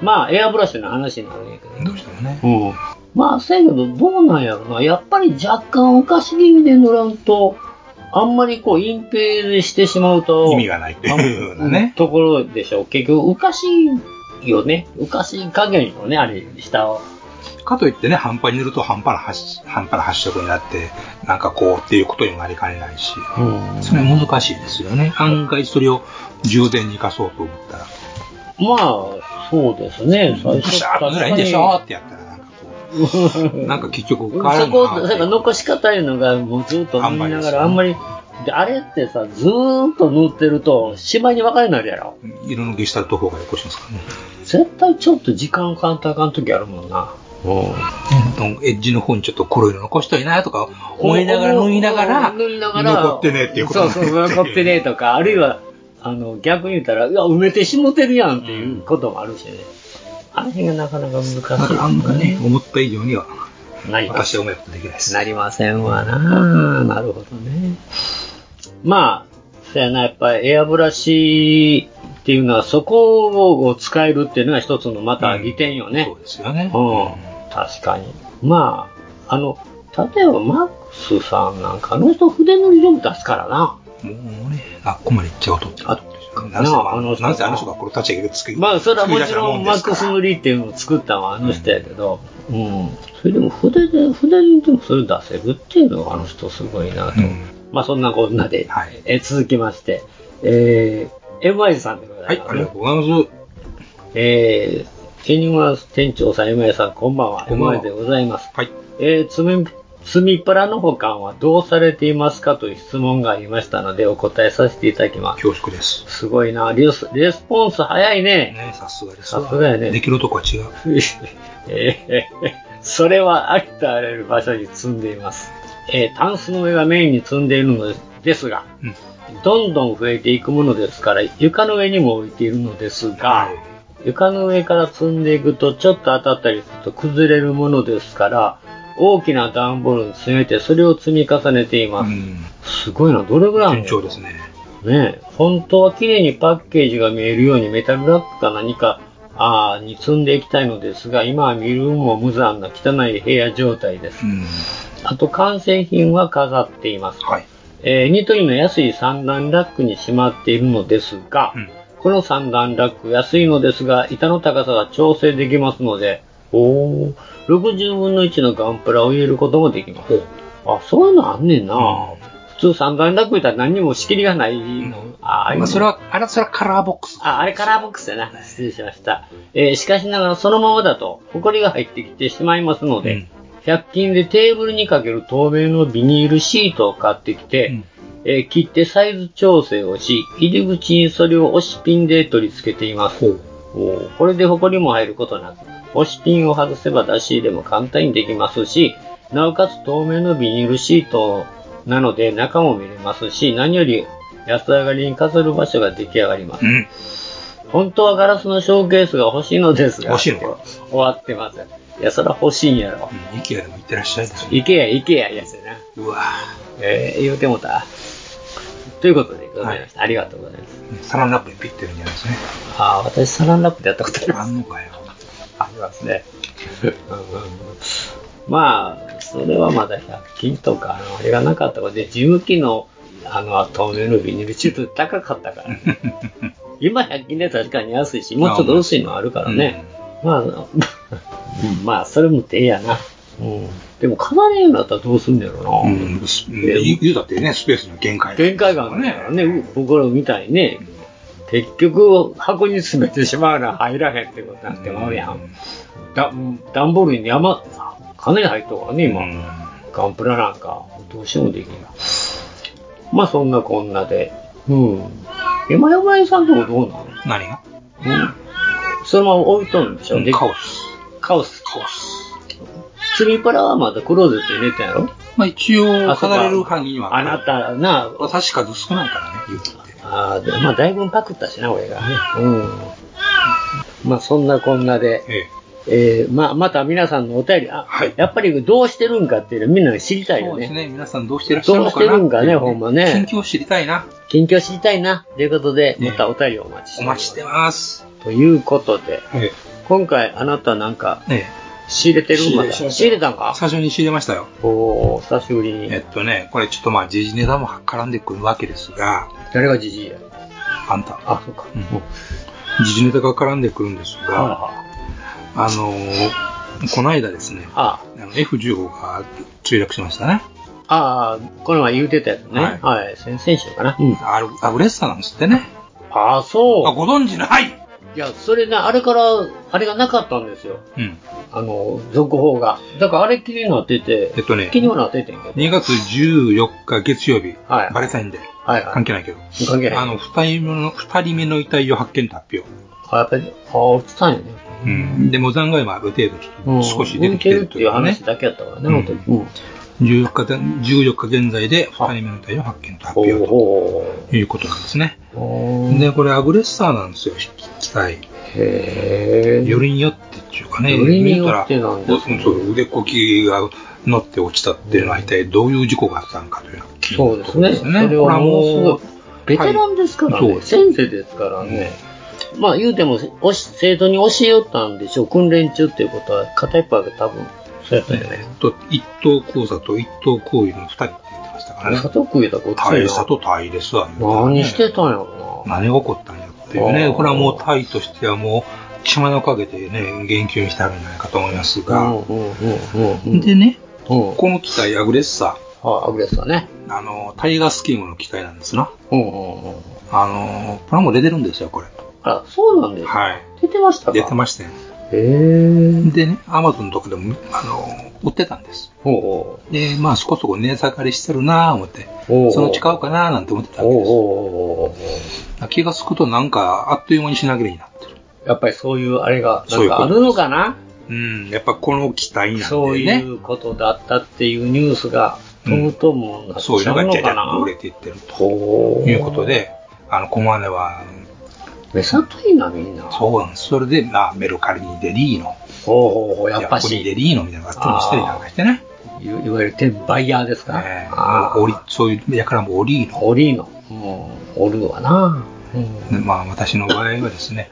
まあエアブラシの話になるんやけど、
どうしてもね。
うん。まあ、せやけど、どうなんやろな。やっぱり若干おかし気味で塗らんと、あんまりこう、隠蔽してしまうと。
意味がないっていうようなね
あところでしょう。結局、おかしいよね。おかしい加減よね、あれ、下を。
かといってね、半端に塗ると半端な発半端な発色になって、なんかこうっていうことにもなりかねないし、それ難しいですよね。案外それを充電に生かそうと思ったら、
まあ、そうですね。最
ブ
初
シャーと塗らいいんでしょってやったら、なんかこ
[laughs]
う、なんか結局変わら
そ
ん
こ
の
を、
か
だ
なっ
か
て
ら残し方いうのが、もうずっと塗りながら、あんまり、であれってさ、ずーっと塗ってると、しまいに分かれになるやろ。
色のゲシュタルト方がよこしいんですからね。
絶対ちょっと時間かんとあかん時あるもんな。
うんエッジの方にちょっと黒いの残しといなとか思いながら塗りながら、
塗りながら
残ってねえっていうことにな
そうそう、
る
残ってねえと
[laughs]
か、あるいは、あの、逆に言ったら、いや、埋めてしもてるやんっていうこともあるしね。あの辺がなかなか難しい。
なんかね、思った以上には、
なりま
私はうまいことできないです。
なりませんわななるほどね。まあ、そやな、やっぱりエアブラシっていうのは、そこを使えるっていうのが一つのまた利点よね。
そうですよね。
うん、確かに。まあ、あの、例えばマックスさんなんか、あの人筆のりでも出すからな。
もうね、あ、ここまで行っちゃうと。
あ
なんせ、ま
なあ
あ
あの人
なんせあの人がこれ立ち上げて作り
まあ、それはも
作り
ち
出した
ろんマ
です
ッ
から
クス塗りっていうのを作ったのはあの人やけど、うん。それでも筆で、筆にでもそれ出せるっていうのがあの人すごいなと。まあ、そんなこんなで、えー続きまして、えー、MY さんでございま
は
す、
いありがとうございます。
えー、ケニマス店長さん、MY さん、こんばんは。
こんばんは
MY でございます。
はい。
えー、積み、積みパラの保管はどうされていますかという質問がありましたので、お答えさせていただきます。
恐縮です。
すごいな。レスレスポンス早いね。
ね、さすがです
さすがやね。
できるとこは違う。
[laughs] えーそれはありとあらゆる場所に積んでいます。えータンスの上がメインに積んでいるのですが、どんどん増えていくものですから、床の上にも置いているのですが、床の上から積んでいくと、ちょっと当たったりすると崩れるものですから、大きな段ボールに詰めて、それを積み重ねています。すごいな、どれぐらいあるの
順調ですね。
ねえ、本当は綺麗にパッケージが見えるようにメタルラックか何かあーに積んでいきたいのですが、今は見るも無残な汚い部屋状態です。あと完成品は飾っています。えーニトリの安い三段ラックにしまっているのですが、この三段ラック安いのですが、板の高さが調整できますので、おー60分の1のガンプラを入れることもできます。あ、そういうのあんねんな。普通三段ラックいったら何にも仕切りがないの。ああいう
ま
の
あ、それは、あれ、それはカラーボックス。
あ、あれカラーボックスやな。失礼しました。えーしかしながらそのままだと、ホコリが入ってきてしまいますので、100均でテーブルにかける透明のビニールシートを買ってきて、えー切ってサイズ調整をし、入り口にそれを押しピンで取り付けています。おーこれでホコリも入ることなく、押しピンを外せば出し入れも簡単にできますし、なおかつ透明のビニールシートなので中も見れますし、何より安上がりに飾る場所が出来上がります。本当はガラスのショーケースが欲しいのですが、
欲しいのか
終わってます。いや、それは欲しいんやろ。
イケアでも行ってらっしゃいですよ。
行けや、行けや、やつやな。
うわ
えー、言うてもうた。ということで、ございました。ありがとうございます。
サランラップにピッてるんじゃないですね。
ああ、私、サランラップでやったことあります。
あんのかよ。
ありますね。まあ、それはまだ100均とか、あのあれがなかったので、事務機の、あの、透明のビニールシート高かった [laughs] から。今100均で確かに安いし、もうちょっと薄いのあるからね。まあ、 [laughs] うんまあ、それも手やな。でも、飾れるようになったらどうすんだろうな。
うん。言う言うだってね、スペースの限界。
限界があるからね、う僕らみたいにね、結局箱に詰めてしまうのは入らへんってことになってまうやん。だ段ボールに山、かなり入っとるからね、今。ガンプラなんか、どうしてもできんな。まあそんなこんなで。うん。山山井さんとこどうなの
何が
うん。そのまま置いとるんでしょ、で
カオス。
カオス。カオス。釣りパラはまだクローゼットに入れたんやろ
まあ一応、
あそう
語
か
れる範囲には。
あなたな、
確か少ないからね、言うと。
ああ、でまあ、だいぶパクったしな、俺がね。うん。まあ、そんなこんなで、
え
えーまあ、また皆さんのお便り、あ、やっぱりどうしてるんかっていうのみんな知りたいよ
そうです
ね。
ね、皆さんどうしてらっしゃる
どう
の
し
か
て
な
るんかね、ほんまね。
近況知りたいな。
近況知りたいな。ということで、またお便りをお待ちしてお待ちしてます。ということで、今回あなたなんか、
ええ
仕入れてるまだ
仕入れ
仕入れたんか
最初に仕入れましたよ。
おお久しぶりに。
えっとね、これちょっとまあ、時事ネタも絡んでくるわけですが。
誰が時事や
あんた。
あ、そうか。
時事ネタが絡んでくるんですが、あのー、この間ですね、
あ
の F15 が墜落しましたね。
ああ、この前言うてたやつね。はい。先々週かな。うん。
あれ、あ、嬉しさなんですってね。
ああ、そう。
あ、ご存知ない
いや、それね、あれから、あれがなかったんですよ。
うん。
あの、続報が。だからあれ気になってて、
えっとね、
気にはなっててんけど。
2月14日月曜日、バレンタインデー、関係ないけど、
関係ない
あの二人目の二人目の遺体を発見と発表。
あ、やっぱり、ああ、落ちたんやね。
うん、で、も残骸もある程度、ちょっと少し出てきてるという
うん浮い
ね
てるっていう話だけやったからね
うん
本当にうん
14日で14日現在で2人目の遺体を発見と発表ということなんですね。で、これアグレッサーなんですよ、機体。
へ
よりによってっていうかね、
よりによってなんだ
見たらそう腕こきが乗って落ちたっていうのは一体どういう事故があったのかというのが気になるところですよね。
そうですねそれはもうすごいベテランですからね
はいそう
先生ですからね。まあ言うても、おし生徒に教えよったんでしょう、訓練中っていうことは、片一方が多分、そうやったんじゃない
えっと一等講座と一等行為の二人って言ってましたからね。
里食いだこっちやな
大差と大ですわ、言うたらね
何してたんやろ
何が起こったんやっていう
あ
ね、
ー
これはもうタイとしてはもう、血眼をかけてね、言及してあるんじゃないかと思いますが、でね、
こ
の機体、アグレッサ
ー、アグレッサーね、
あのタイガースキームの機体なんですな、
うん
あのプラモ出てるんですよ、これ。
あ、そうなんです
はい。
出てましたか
出てましたよ。
へー
でね、アマゾンとかでも、あの、売ってたんです。で、まあ、そこそこ値下がりしてるなぁ思って、
おう
そのうち買おうかなぁなんて思ってたわけです。気がつくとなんか、あっという間に品切れになってる。
やっぱりそういうあれが、
そう
ない
うこ
んか
と
あるのかな
うん、やっぱこの機体なんでね。
そういうことだったっていうニュースが飛ぶともうなっちゃ
そうういうのが
の
じゃじ
か
ゃっ
な
と売れていってるということで、あの、コマネは、
目ざといな、みんな。
そうなんです。それで、まあ、メルカリにデリーノ。
ほうほうほう、やっぱし
コにデリーノみたいなのがあったりしたりなんかしてね。
いいわゆる転売ヤーですか、
ねオリそういう、やからもオリーノ。
オリーノ。おるわな。
でまあ、私の場合はですね、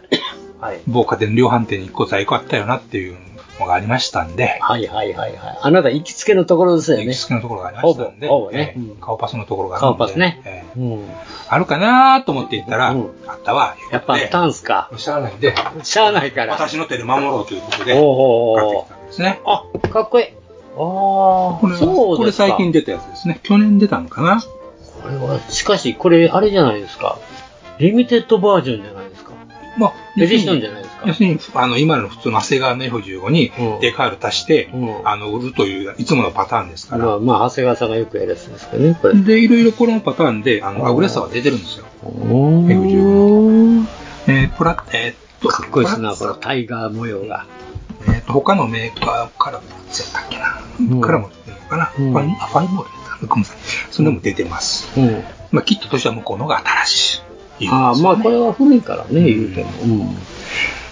はい、
某家電量販店に1個在庫あったよなっていうのがありましたんで、
はいはいはいはい。あなた行きつけのところですよね。行き
つけのところがありま
ほ
し
ぼ
たん、で、
ほぼね。
えー顔パスのところがある
顔
んで
パスね。
え
う
ー
ん。
あるかなと思って行ったら、あったわ。やっぱあった
んすか。
しゃあないんで、
しゃあないから。
私の手で守ろうということで、
お
買ってきたんですね。
あ、かっこいい。ああ、そ
こ
うで
れ
すか。
最近出たやつですね。去年出たのかな
これは、しかし、これ、あれじゃないですか。リミテッドバージョンじゃないですか。
まあ、
エディションじゃないですか。
要するに、あの、今の普通の長谷川の F15 にデカール足して、あの、売るという、いつものパターンですから。
まあ、まあ、長谷川さんがよくやるやつですけどね、これ。
で、いろいろこのパターンで、あの、アグレッサーは出てるんですよ。
F15
えー、プラ、えーっと、
かっこいいですな、このタイガー模様が。
えーっと、他のメーカーからも、そうだっけな、からも出てるのかな。ファイン、あファインモールだったごめんなさい。それも出てます。まあ、キットとしては向こうの方が新しい。
ああ、まあ、これは古いからね、言うても。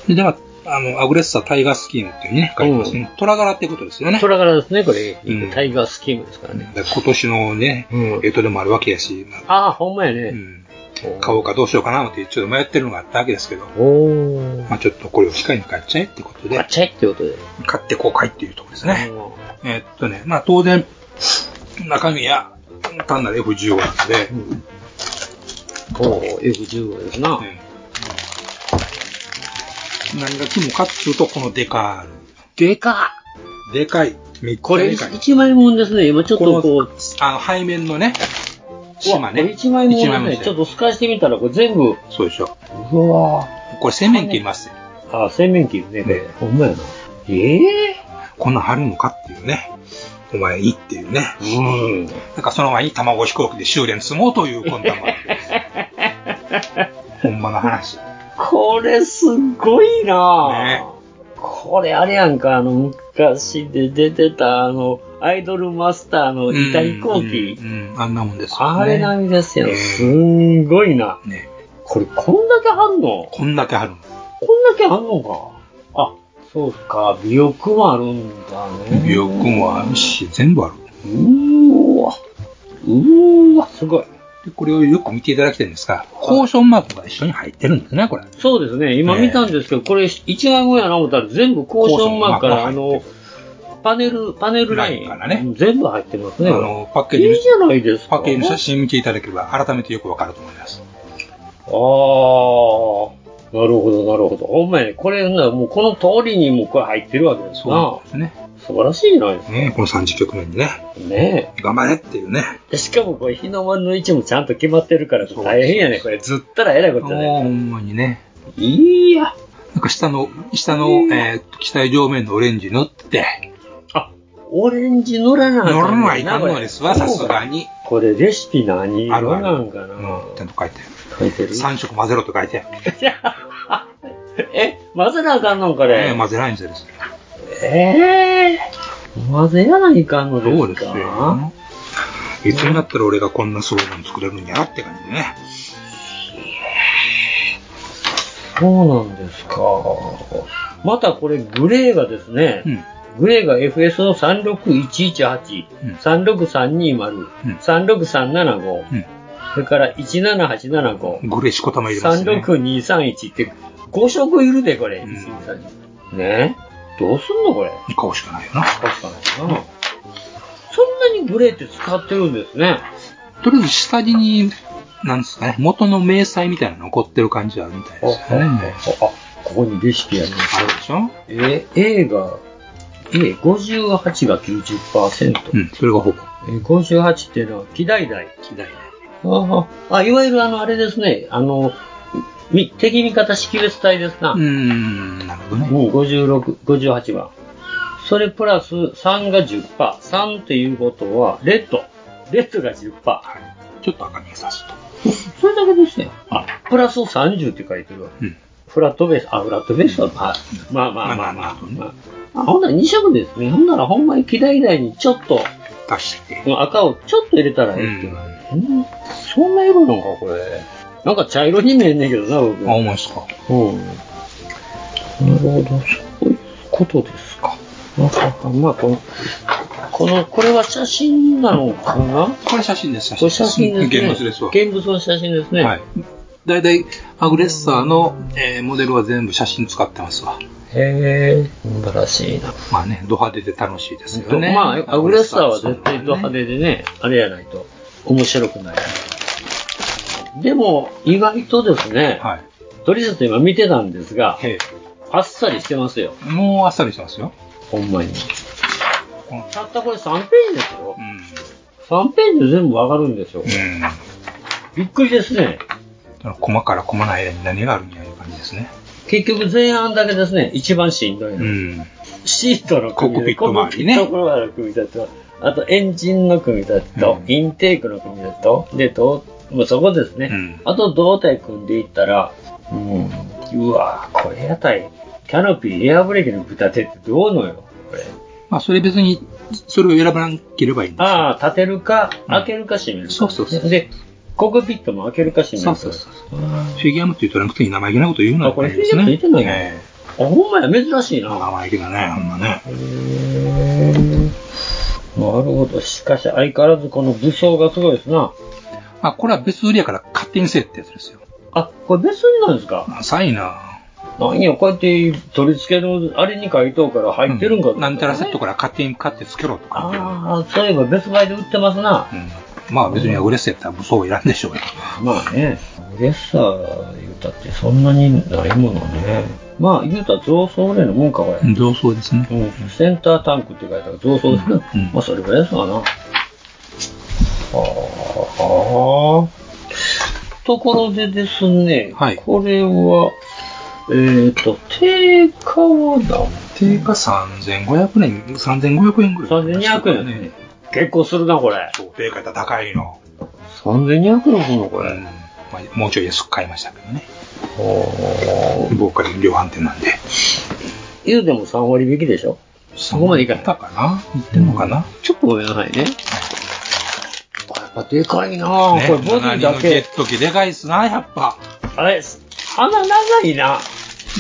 で、まあ、あの、アグレッサータイガースキームっていうね、書いてますね。虎柄ってことですよね。
虎柄ですね、これ。タイガースキームですからね。
だから今年のね、えっとでもあるわけやし、まあ
ああ、ほんまやね。
買おうかどうしようかなってちょっと迷ってるのがあったわけですけど、まあちょっとこれを機会に買っちゃえってことで、買っ
ちゃえってことで、
買って公開っていうところですね。えっとね、まあ当然、中身や単なる F15 なんで、
おー F15 ですな。
何が肝かっつうと、このデカール。
でか
でかい。めっち
こ
ゃ
れ、
でかい。
一枚もんですね。今ちょっとこう。
あの、背面のね、島ね。
一枚もん
一
です
枚
ね。
も
ちょっと透かしてみたら、これ全部。
そうでしょ。
うわ
これ洗面切りますよ。
ああ、洗面器ね、これ。ほんまやな。ええ
こんなん貼るのかっていうね。お前いいっていうね。うん。なんかその前に卵飛行機で修練積もうという魂 [laughs] 胆もあるんです。ほんまの話。
これすごいなぁ、これあれやんか、あの、昔で出てた、あの、アイドルマスターのイタリコーキ
あんなもんですよね。
あれ並みですよ。すんごいな。これ、こんだけあんの
こんだけあるの。
こんだけあんのか。あ、そうか、美欲もあるんだね。
美容君もあるし、全部ある。
うーわ。うーわ、すごい。
で、これをよく見ていただきたいんですが、コーションマークが一緒に入ってるんですね、これ。
そうですね、今見たんですけど、これ一眼後やな思ったら全部コーションマークから、あの、パネル、パネルライン。
からね。
全部入ってますね
あの、パッケージ。
いいじゃないです
パッケージの写真見ていただければ、改めてよくわかると思います。
あー、なるほど、なるほど。ほんまやね、これな、もうこの通りにもうこれ入ってるわけですな。
そうですね。
素晴らしいじゃないですか。
ねこの30曲目にね。
ね
頑張れっていうね。
でしかもこれ日の丸の位置もちゃんと決まってるから、大変やね、これ。ずったらえらいことだね。
ほんまにね。
いや。
なんか下の、下の、えー、機体上面のオレンジ塗って。
あ、オレンジ塗らなあかんねん
塗るのはいかんのですわ、
これ
さすがに。
これレシピ何
あるある。
なんかな、
うん、ちゃんと書いてある。
書いてる。
3色混ぜろと書いてある。
え、混ぜなあかんのこ
え
れ。
ー混ぜないんですよ。
えー、混ぜやないかんのですか
そうですよ。いつになったら俺がこんなすごいもの作れるんやって感じでね。
そうなんですか。またこれグレーがですね、グレーが FS の36118、36320、36375、それから17875、
グレーしこたま入れますね。
36231って5色いるで、これ。ねどうすんのこれ。
買うしかないよな。
買うしかないな。そんなにグレーって使ってるんですね。
とりあえず下地に、なんですかね、元の明細みたいなの残ってる感じはあるみたいですよね。
あ、ここにレシピやね。
あるでしょ
え、A が、A58 が90%。
うん、それがほぼ。
えー58っていうのは、キダイダイ。
キダイ、
ああ、いわゆるあの、あれですね、あの、み敵味方識別体ですな。うん
なるほどね。
うん、56、58番。それプラス3が10%。3っていうことは、レッド。レッドが10%。
ちょっと赤みがさすと。
それだけですね。あ、プラス30って書いてるわ。フラットベース、あ、フラットベースは、まあ、まあまあまあまあ、まああほんなら2色ですね。ほんならほんまに嫌い以外にちょっと、
出して。
赤をちょっと入れたらええっていう感じ、うんそんな色なんか、これ。なんか茶色に見えんねんけどな、僕。
あ、思いますか。
うん。なるほど、そういうことですか。まさか、まあ、この、この、これは写真なのかな
これ写真です、
これ写真ですね。
現物ですわ
現物の写真ですね。
はい。だいたいアグレッサーの、えーモデルは全部写真使ってますわ。
へえ、素晴らしいな。
まあね、ド派手で楽しいですよね。
まあ、アグレッサーは絶対ド派手でね、あれやないと面白くない。でも、意外とですね、トリセツ今見てたんですが、あっさりしてますよ。
もうあっさりしてますよ。
ほんまに。たったこれ3ページですよ。3ページで全部わかるんですよ。びっくりですね。
コマからコマの間に何があるみたいな感じですね。
結局前半だけですね、一番しんどいの。シートの組み立て、
コックピット周りね
コックピット周りの組み立てと、あとエンジンの組み立てと、インテークの組み立てと、で、どうもうそこですね。あと胴体組んでいったら、うん、うわこれやたい、キャノピー、エアブレーキの組み立てってどうのよ、これ。
まあ、それ別に、それを選ばなければいいんです
ああ、立てるか、開けるか閉めるか、そうそうそう。で、コックピットも開けるか閉めるか。
そうそうフィギュアムって言うとなくて生意気なこと言うな
あ、これフィギュアムついてんのよ。あ、ほんまや、珍しいな。
生意気だね、ほんまね。
なるほど。しかし、相変わらずこの武装がすごいですな。
あ、これは別売りやから勝手にせえってやつですよ。
あ、これ別売りなんですか
浅いな
何よ、こうやって取り付けの、あれに書いとうから入ってるんか、なんたらセッ
トから勝手に買ってつけろとか。
ああ、そういえば別売で売ってますな。
まあ別にアグレッサーやったら武装を選んでしょうよ。
まあね、レッサー言うたってそんなにないものね。まあ言うたら増装例のもんか、これ。
増装ですね。
うん、センタータンクって書いてある増装ですね。まあそれぐらいですわな。はあ。ところでですね、これは、えっ、と、定価は何
定価3500円、3500円ぐらい。
3200円ね。結構するな、これ。
そう、定価やったら高いの。
3200円するの、これ。
まあ、もうちょい安く買いましたけどね。おー。僕から量販店なんで。
言うでも3割引きでしょそこまでいかない。
たかな言ってんのかな、
ちょっとごめんなさいね。あやっぱでかいなぁ、
ね
これボディだ
隣のジェ
け。
ット機でかいっすな、やっぱ。
あれ、鼻長いな。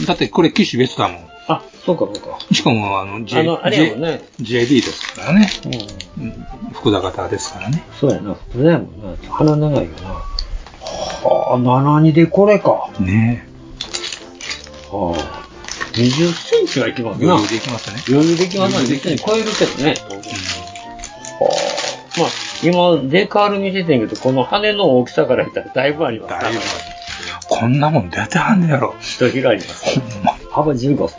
だってこれ機種別だもん。
あ、そうかそうか。
しかも、あの、J、
あのあれやもんね
J、JD ですからね。うん福田型ですからね。
そうやな。そうやもんな。鼻長いよな。はぁ、72でこれか。
ね
はぁ。20センチはいきますな。
余裕できますね。
余裕できますね。絶対に超えるけどね。まあ、今、デカール見ててんけど、この羽の大きさから言ったらだいぶあります。だいぶ
こんなもん出てはんねやろ。
人広があります。幅15。こ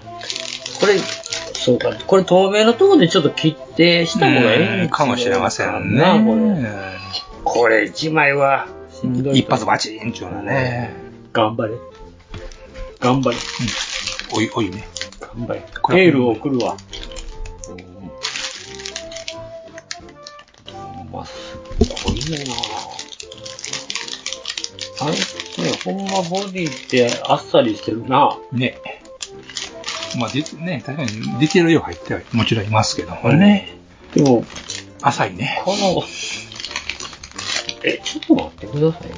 れ、そうか、これ透明のところでちょっと切ってした方がいい
うんんかもしれませんね
なこれ。これ1枚は、しんどい。
一発バチーンちゅうのはね。
頑張れ。頑張れ。
おい、おいね。
頑張れ。エールを送るわ。うんまあ、すごいなあれ、ね、ほんまボディってあっさりしてるな。
ね。まあ、で、ね、確かに、できるよう入っては、もちろんいますけどもね。
でも、
浅いね。
この、え、ちょっと待ってくださいね。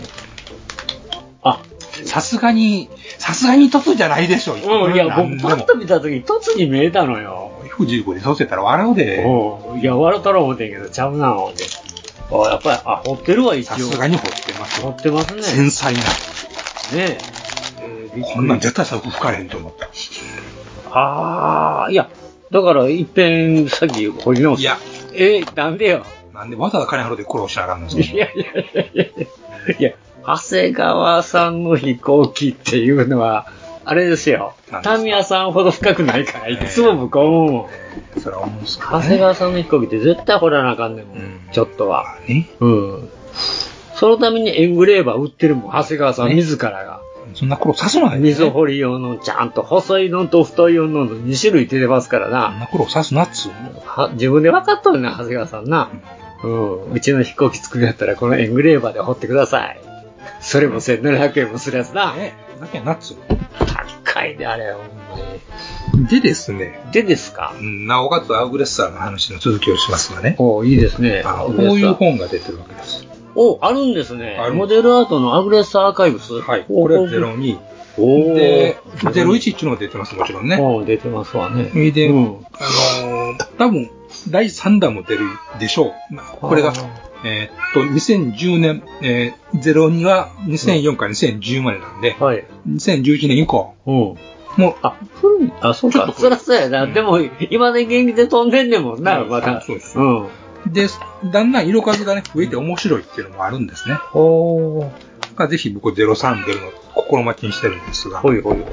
あ、
さすがに、さすがに突じゃないでしょ。
うん、いや、
なんで
僕
も
パッと見たときに突に見えたのよ。
F15 でそうせたら笑うで。
いや、笑ったら思ってんけど、ちゃうな、思って。あ、やっぱり、あ、掘ってるわ、一応。
さすがに掘ってます。
掘ってますね。
繊細な。
ね
こんなん絶対さ、吹かれへんと思った。
ああ、いや、だから、いっぺん、さっき掘り直す。
いや、
えなんでよ。
なんでわざわざ金払って苦労しなあかんのですか
いやいやいやいやいや、長谷川さんの飛行機っていうのは、あれですよ。タミヤさんほど深くないから、いつも僕は思うもん。
それは思うんすけど
長
ね
谷川さんの飛行機って絶対掘らなあかんねんもん、ちょっとは。うん。そのためにエングレーバー売ってるもん、長谷川さん自らが。
そんな苦労さすなよ。
溝掘り用のちゃんと細いのと太いのの2種類出てますからな。そん
な苦労さすなっつう
は自分で分かっとるな、長谷川さんな。うん。うちの飛行機作るやったらこのエングレーバーで掘ってください。それも1700円もするやつな。
ええ、だけなっつう
高いで、あれ、ほんまに。
でですね。
でですか
なおかつアウグレッサーの話の続きをしますがね。
おいいですね。
あの
ア
こ
ウ
う
グレッサー
いう本が出てるわけです。
お、あるんですね。モデルアートのアグレッサーアーカイブス。はい。
これは02。
おー
で、01っていうのが出てます、もちろんね。
お出てますわね。
で、あのー多分、第3弾も出るでしょう。まあこれが、えーっと、2010年、えー、02は2004から2010までなんで、2011年以降、
も
う、
あ、古い、あ、そうか。そりゃそうやな。でも、今で現役で飛んでんねんもんな、また。
そうです、
うん。
で、だんだん色数がね、増えて面白いっていうのもあるんですね。
お
がぜひ僕03出るの心待ちにしてるんですが。
ほいほいほい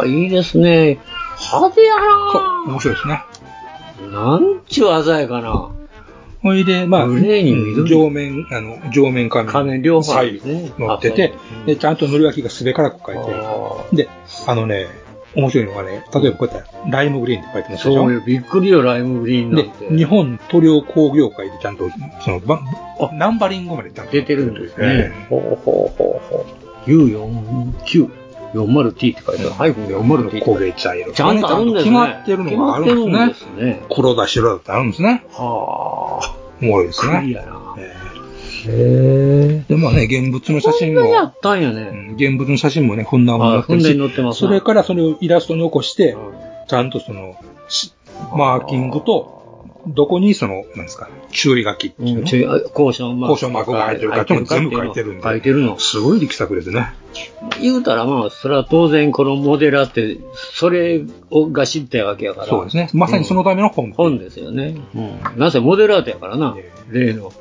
ほい。あ、いいですね。派手やな
面白いですね。
なんちゅう鮮やかな。
ほいで、まあ、
グレーに緑
上面、あの、上面仮面。
仮面両方あ
左
るん
右
ですね
乗ってて、で、ちゃんと塗り脇がすべからく書いてある。で、あのね、面白いのがね、例えばこうやって、ライムグリーンって書いてますでしょ
そうよ、びっくりよ、ライムグリーンなんて。
日本塗料工業会でちゃんと、その、ばナンバリングまでちゃんと出てるんです
ね。ほうほうほうほう。U49。40T って書いてある。ハイフン 40T って
書いてある。
ちゃんとあるんですね。
決まってるのがあるんですね
決まってるんですね。
黒だ白だってあるんですね。
はあ。
おもろいですね。
クリアな。
へで、まあね、現物の写真も。
あったんやね。
現物の写真もね、ふんだんも載ってる
あふ
し。
んだんに載ってますな
それからそれをイラストに起こして、ちゃんとその、しマーキングと、どこにその、なんですか、注意書きっていうの。
注意あ交渉マーク
交渉マークが入ってるかっていうのも全部書いてるんで。
書いてるの。
すごい力作ですね。
言うたらまあ、それは当然このモデラーって、それをが知ったわけやから。
そうですね。まさにそのための本。
本ですよね。うん。なぜモデラートやからな、例の。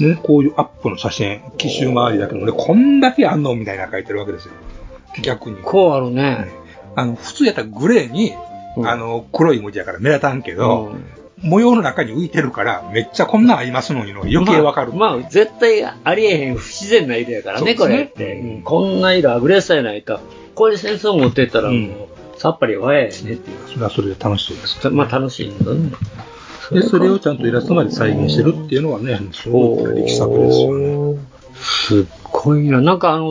ね、こういうアップの写真、奇襲周りだけどね、こんだけあんのみたいな書いてるわけですよ。逆に。
こうあるね。
あの、普通やったらグレーに、あの、黒い文字やから目立たんけど、模様の中に浮いてるから、めっちゃこんなんありますのにの余計わかる。
まあ、まあ絶対ありえへん不自然な色やからね、
そ
こ
うです
れ
ね
って。うんこんな色アグレッサーやないか。これ戦争持ってったらもう、さっぱりわややねっていう。
それはそれで楽しそうです。
まあ楽しいけどね。
で、それをちゃんとイラストまで再現してるっていうのはね、すごい力作ですよね。
すっごいな。なんかあの、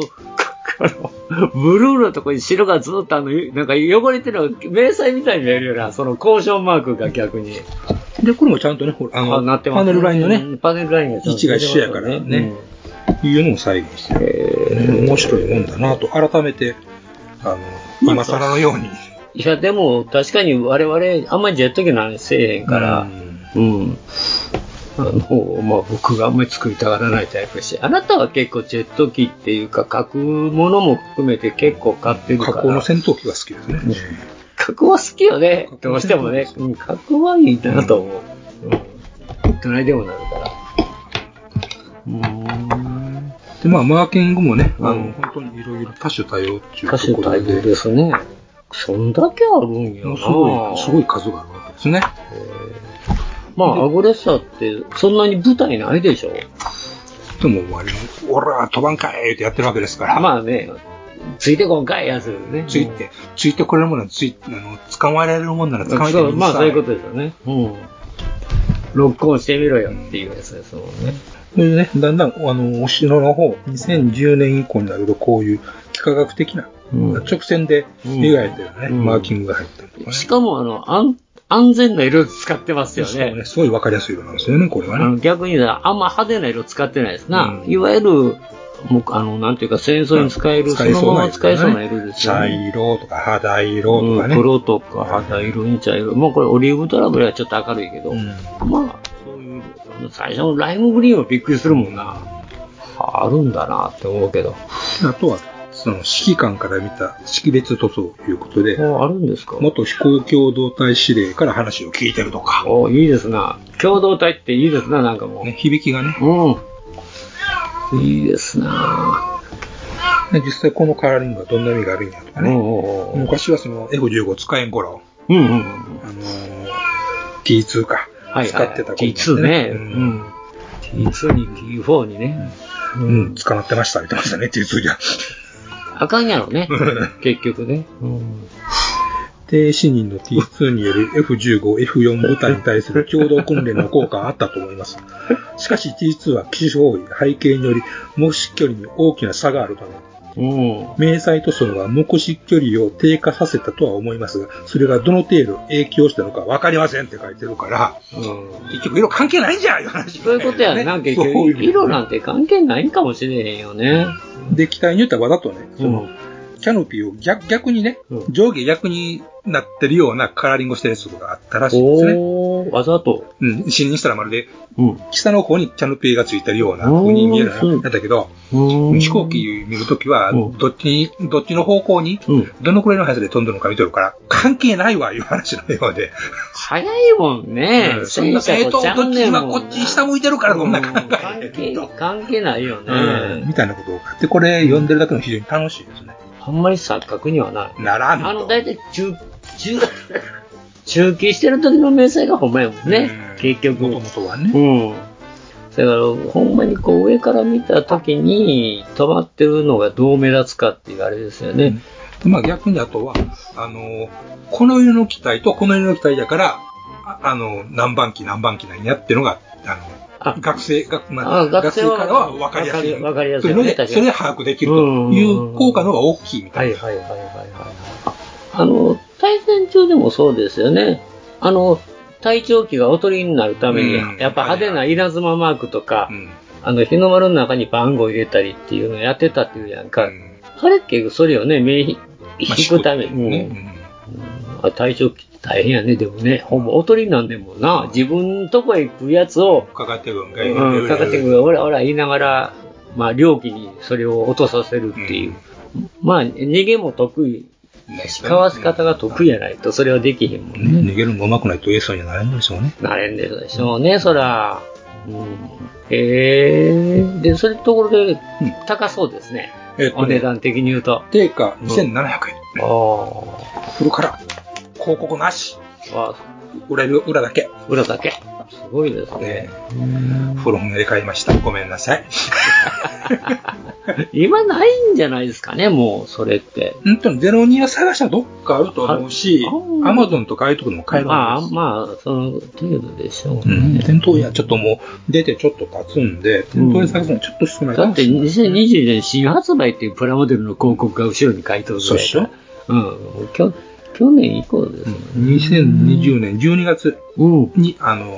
[laughs] ブルーのとこに白がずっとあの、なんか汚れてるのが迷彩みたいに見えるような、その交渉マークが逆に。
で、これもちゃんとね、ほら、あ
あな
の、
ってます
パネルラインの
う
ね
ん、パネルラインがち
位
ゃんと
置が一緒やからね、いうのも再現してる、面白いもんだなと、改めて、あの、今更のように。
いや、でも、確かに我々、あんまりジェット機なんてせえへんから、うん。あの、まあ、僕があんまり作りたがらないタイプやし、あなたは結構ジェット機っていうか、書くものも含めて結構買ってるから。
加工の戦闘機が好きですね。
格好は好きよね。どうしてもね。うん、格好はいいなと思う。うん。どないでもなるから。
で、まあ、マーキングもね、あの、本当にいろいろ多種多様っていう
歌手
ところ
対応
で、
ですね。そんだけあるんやな。
すごい、すごい数があるわけですね。
まあ、アグレッサーって、そんなに舞台ないでしょ
でも、あれ、俺は飛ばんかいってやってるわけですから。
まあね、ついてこんかいやつね。
ついて、ついてこれるものはつい、あの、捕まえられるもんなら捕まえて。
そうまあ、そういうこととですよね。うん。ロックオンしてみろよっていうやつですもんね。
でね、だんだん、あの、お城の方、2010年以降になると、こういう幾何学的な、直線で描いてるね、マーキングが入ってる。
しかも、あの、安、安全な色使ってますよ
そう
ね。
ね、すごいわかりやすい色なんですよね、これは
あ
ね。
の逆に言うならあんま派手な色使ってないですな。いわゆる、もう、あの、なんていうか、戦争に使える、そのまま使えそうな色ですよ
茶
ね。
色とか肌色とかね。
黒とか肌色に茶色。もうこれオリーブトラブルはちょっと明るいけど、まあ、そういう、最初のライムグリーンはびっくりするもんな。あるんだなって思うけど。
あとは、その指揮官から見た識別塗装ということで、
あるんですか
元飛行共同体司令から話を聞いてるとか。
おいいですな。共同体っていいですな、なんかもう。
ね、響きがね。
うん。いいですな
で実際このカラーリングはどんな意味があるんやとかね。昔はその F15 使えん頃、
うんうんうん。
あのー、T2 か、
はいはいはい
使ってた頃
T2 ね
うん。
T2 に T4 にね。
うん、捕まってました、言ってましたね、T2 じゃ。
あかんやろね。結局ね。
低死人の T2 による F15、F4 部隊に対する共同訓練の効果はあったと思い
[laughs]
ます。しかし T2 は機種方位、背景により目視距離に大きな差があるため、明細塗装は目視距離を低下させたとは思いますが、それがどの程度影響したのかわかりませんって書いてるから、結局色関係ないんじゃんいう話。
そういうことやんな、結局。色なんて関係ないんかもしれへんよね。
で、機体によってはわざとね、その、キャノピーを逆逆にね、上下逆になってるようなカラーリングをしてるやつとかがあったらしいんですね。
おー、わざと。
うん、死人したらまるで、
うん、
下の方にキャノピーがついてるような風に見える
おー
んだけど、
うん
飛行機見るときは、どっちに、どっちの方向に、どのくらいの速さで飛んでるのか見てるから、関係ないわ、いう話のようで。
早いもんね。
うんそんな、
戦
え
車
ー
と
と、
ちゃう
どっち
ねん
今
もん
こっち下向いてるから、こんな考えてると。
関係ないよね。
うんみたいなことを買って、これ読んでるだけの非常に楽しいですね。
あんまり錯覚にはない。
ならんと
あの、だいたい中、中、中期してる時の明細がほんまやもんね。結局。もとも
とはね。
うん。だから、ほんまにこう上から見た時に、止まってるのがどう目立つかっていうあれですよね。
まあ逆にあとは、あの、この色の機体とこの色の機体だから、ああの、何番機何番機なんやっていうのが、あの、学生、学、まあ
あ学
学
生
生
は
からは分かりやすい。
わかりやす
と
い
いう
よ
の
ね
で、それで把握できるという効果の方が大きいみたいな。
はいはいはいはいはい。あの、対戦中でもそうですよね。あの、体調機がおとりになるために、
うん
やっぱ派手な稲妻マークとか、
ん
あの、日の丸の中に番号入れたりっていうのをやってたっていうやんか。あれ結局それをね、目ひ引くために、うんあ体調機って大変やね、でもね、ほんまおとりなんでもな、自分とこへ行くやつを、
かかってくるんかい。
うん、かかってくる、おらおら言いながら、まあ、猟奇にそれを落とさせるっていう。まあ、逃げも得意。かわし方が得意やないと、それはできへんもんね。
ね逃げるのが上手くないとエースにはなれんのでしょうね。
なれんでるでしょうね、そら。うん。へえ。で、それところで、高そうですね。
えっとね
お値段的に言うと。
定価
うん
2700円。
ああ。
フルカラー。広告なし。
あ
裏裏裏だけ。
裏だけ。すごいですね。
古本屋で買いました。ごめんなさい。
今ないんじゃないですかね、もう、それって。
うんと、ゼロニア探したらどっかあると思うし、アマゾンとかああいうとこでも買える
まあ、
んです。
まあ、その程度でしょうね。
うん、店頭やちょっともう出てちょっと経つんで、店頭で探すのちょっと少ないか
だ
も
っ
してれない
2020年新発売っていうプラモデルの広告が後ろに書いておるぐらいだ
そうっしょ
うん。きょ去年以降ですね。
2020年12月に、あの、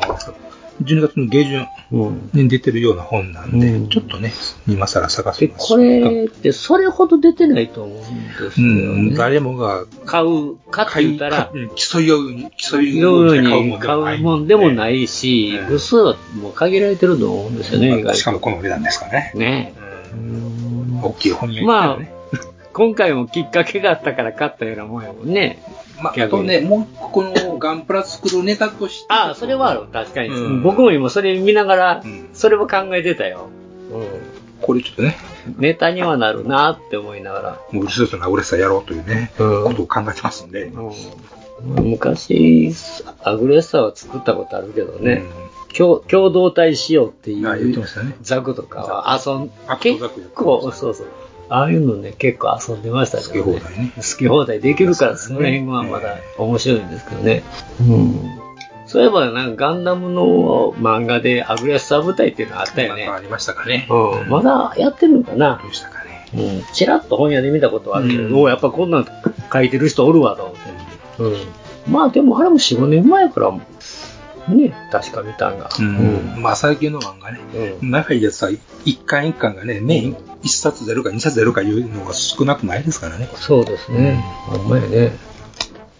12月の下旬に出てるような本なんで、ちょっとね、今更探すのは
これってそれほど出てないと思うんです
う
よ
ん、
ね。
誰もが
買う、買って言ったら、
競い合うに、競い合
よ
う
う
に買うもんではな
に買う
い。
もんでもないし、部数はもう限られてると思うんですよね、意外と
しかもこの値段ですからね。
ね
大きい本命。
まあ、今回もきっかけがあったから買ったようなもんやもんね。
まあ、あ
逆
と
に
ね、もう一個このガンプラ作るネタとして。
ああ、それはある。確かに。
うん
僕も今それ見ながら、それも考えてたよ。
これちょっとね、
ネタにはなるなって思いながら。
もううるせえとな、俺さやろうというね、ことを考えてますんで。
昔、アグレッサーは作ったことあるけどね、共共同体しようっていうザクとかは遊ん、結構、そうそう。ああいうのね、結構遊んでましたけど、ね、好き放題
ね。
好き放題できるから、その辺はまだ面白いんですけどね。そういえば、なんかガンダムの漫画でアグレッサー部隊っていうのあったよね。
ありましたかね。
うん、まだやってるのかな
どうしたかね。
うん、ちらっと本屋で見たことはあるけど、
うん
おやっぱこんなん書いてる人おるわと思って、うん、まあでもあれも45年前からね確か見たんが、
うんまあ、最近の漫画ね、長いやつは一巻一巻がね、年一冊出るか二冊出るかいうのが少なくないですからね。
そうですねほんまやね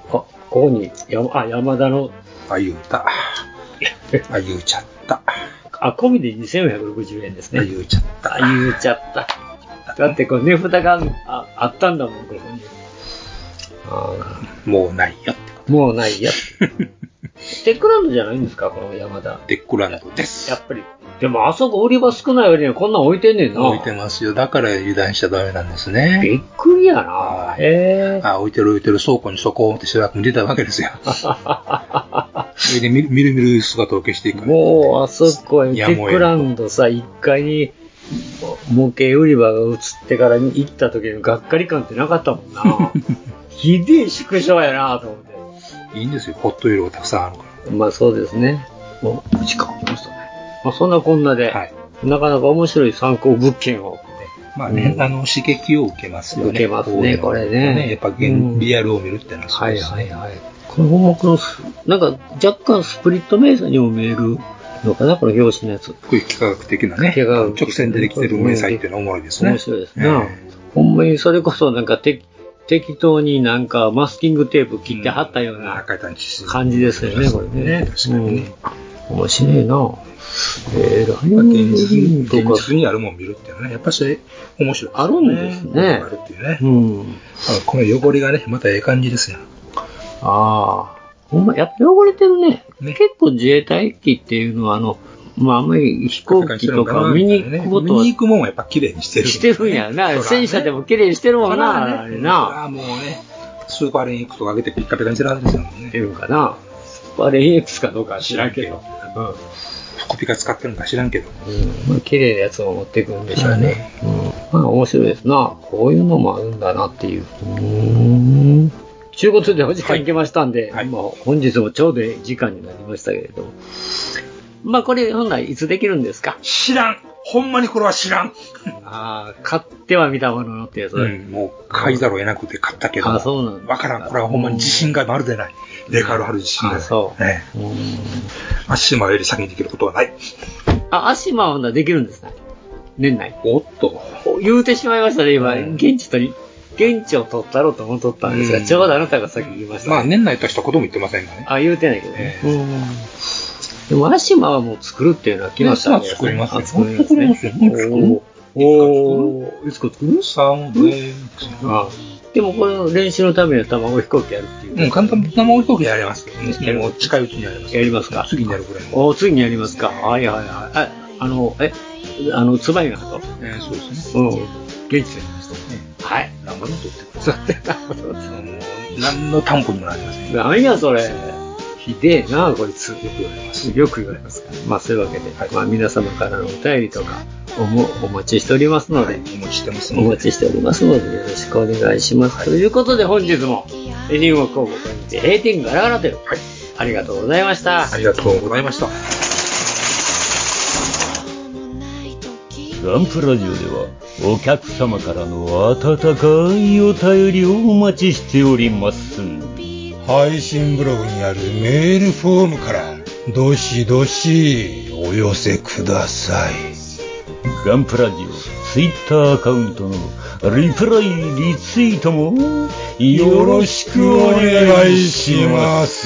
あここに山あ山田の
あ言う
[laughs]
たあ言うちゃった
あ込みで2460円ですねあ言
うちゃった
あ言うちゃっただってこう値札がああったんだもんここに
もうないよって
もうないや。テックランドじゃないんですか、この山田。
テックランドです。
やっぱり。でもあそこ売り場少ない割にはこんなん置いてんねんな。
置いてますよ。だから油断しちゃダメなんですね。び
っくりやな。へ
あ、置いてる置いてる倉庫にそこをってしばらく出たわけです
[laughs]
よ。それでみるみるみる姿を消していく。
もうあそこへ、
い
テ
やもう
ックランドさ、1階に模型売り場が移ってから行った時のがっかり感ってなかったもんな。ひでえ縮小やなと思って。
いいんですよ。ホット色がたくさんあるから。
まあそうですね。お時間来ましたね。まあそんなこんなで、なかなか面白い参考物件を。
まあね、あの、刺激を受けますよね。
受けますね
ういうの
これね
やっぱ現、
うん
リアルを見るってのはそうですね。
はいはいはい。この本目のす、なんか若干スプリット名作にも見えるのかな、この表紙のやつ。
こういう企画的なね、直線でできてる迷彩っていうのはおもろいですね。
面白いですね。ほんまにそれこそなんかて適当になんかマスキングテープ切って貼ったような感じですよね、これね。確かにね。面白いなえー、ライオンキング
現実現実にあるもん見るっていうのはね、やっぱし面白い、あるんですね。あるっていうね。
うん。
この汚れがね、またええ感じですよ。
ああ。ほんま、やっぱ汚れてるね。結構自衛隊機っていうのは、あの、まあ、あんまり飛行機とか見に行くことは
見に行くもんはやっぱ綺麗にしてる。
してるんやな。戦車でも綺麗にしてるもん
そ
な、
ら
あ
ね
れな。
あもうね、スーパーレンエックスとか上げてピッカピカにしてるはずですよね。
っていうかな。スーパーレンエックスかどうかは知らんけど。うん。
コピカ使ってるのか知らんけど。
まあ、綺麗なやつを持ってくるんでしょうね。うん。まあ、面白いですな。こういうのもあるんだなっていう。うん。ということで、お時間来ましたんで、まあ本日もちょうどいい時間になりましたけれども。まあ、これ、本来いつできるんですか
知らんほんまにこれは知らん
ああ、買っては見たもののってやつだ
う。ん、もう買いざるを得なくて買ったけど。
あそうなん
わからん。これはほんまに自信がまるでない。デカールある自信がない。
そう。
ええ。マシマより先にできることはない。
あ、アシマはできるんですね。年内。
おっと。
言うてしまいましたね、今。現地と、現地を取ったろうと思っとったんですが、
うん
ちょうどあなたが先に言いました、
まあ、年内としたことも言ってませんがね。
あ、言うてないけどね。でも、アシマはもう作るっていうのは決まったんで
ね作りますよ
あ作りますね。おおー、いつか作る
サーモで。
あでも、この練習のために卵飛行機やるっていう。
うん、簡単な生飛行機やりますけどね。もう近いうちにやります。
やりますか。
次にやるぐらい。
おー次にやりますか。はいはいはい。あ、あの、え、あの、つばいのと。
えーそうです
う
ね。
ん。現地でやりましたね。はい。
頑張ろうとって。
そうやって、なるほど。
何の担保にもなりません。
何やそれ。ひでえな、こいつ。よく言われます。よく言われますから。まあ、そういうわけで、まあ、皆様からのお便りとか、おも、お待ちしておりますので、お待ちしてますお待ちしておりますので、よろしくお願いします。ということで、本日も、エニグマ工房会にて閉店ガラガラという、ありがとうございました。ありがとうございました。
ガンプラジオではお客様からの温かいお便りをお待ちしております
配信ブログにあるメールフォームからどしどしお寄せください
ガンプラジオツイッターアカウントのリプライリツイートもよろしくお願いします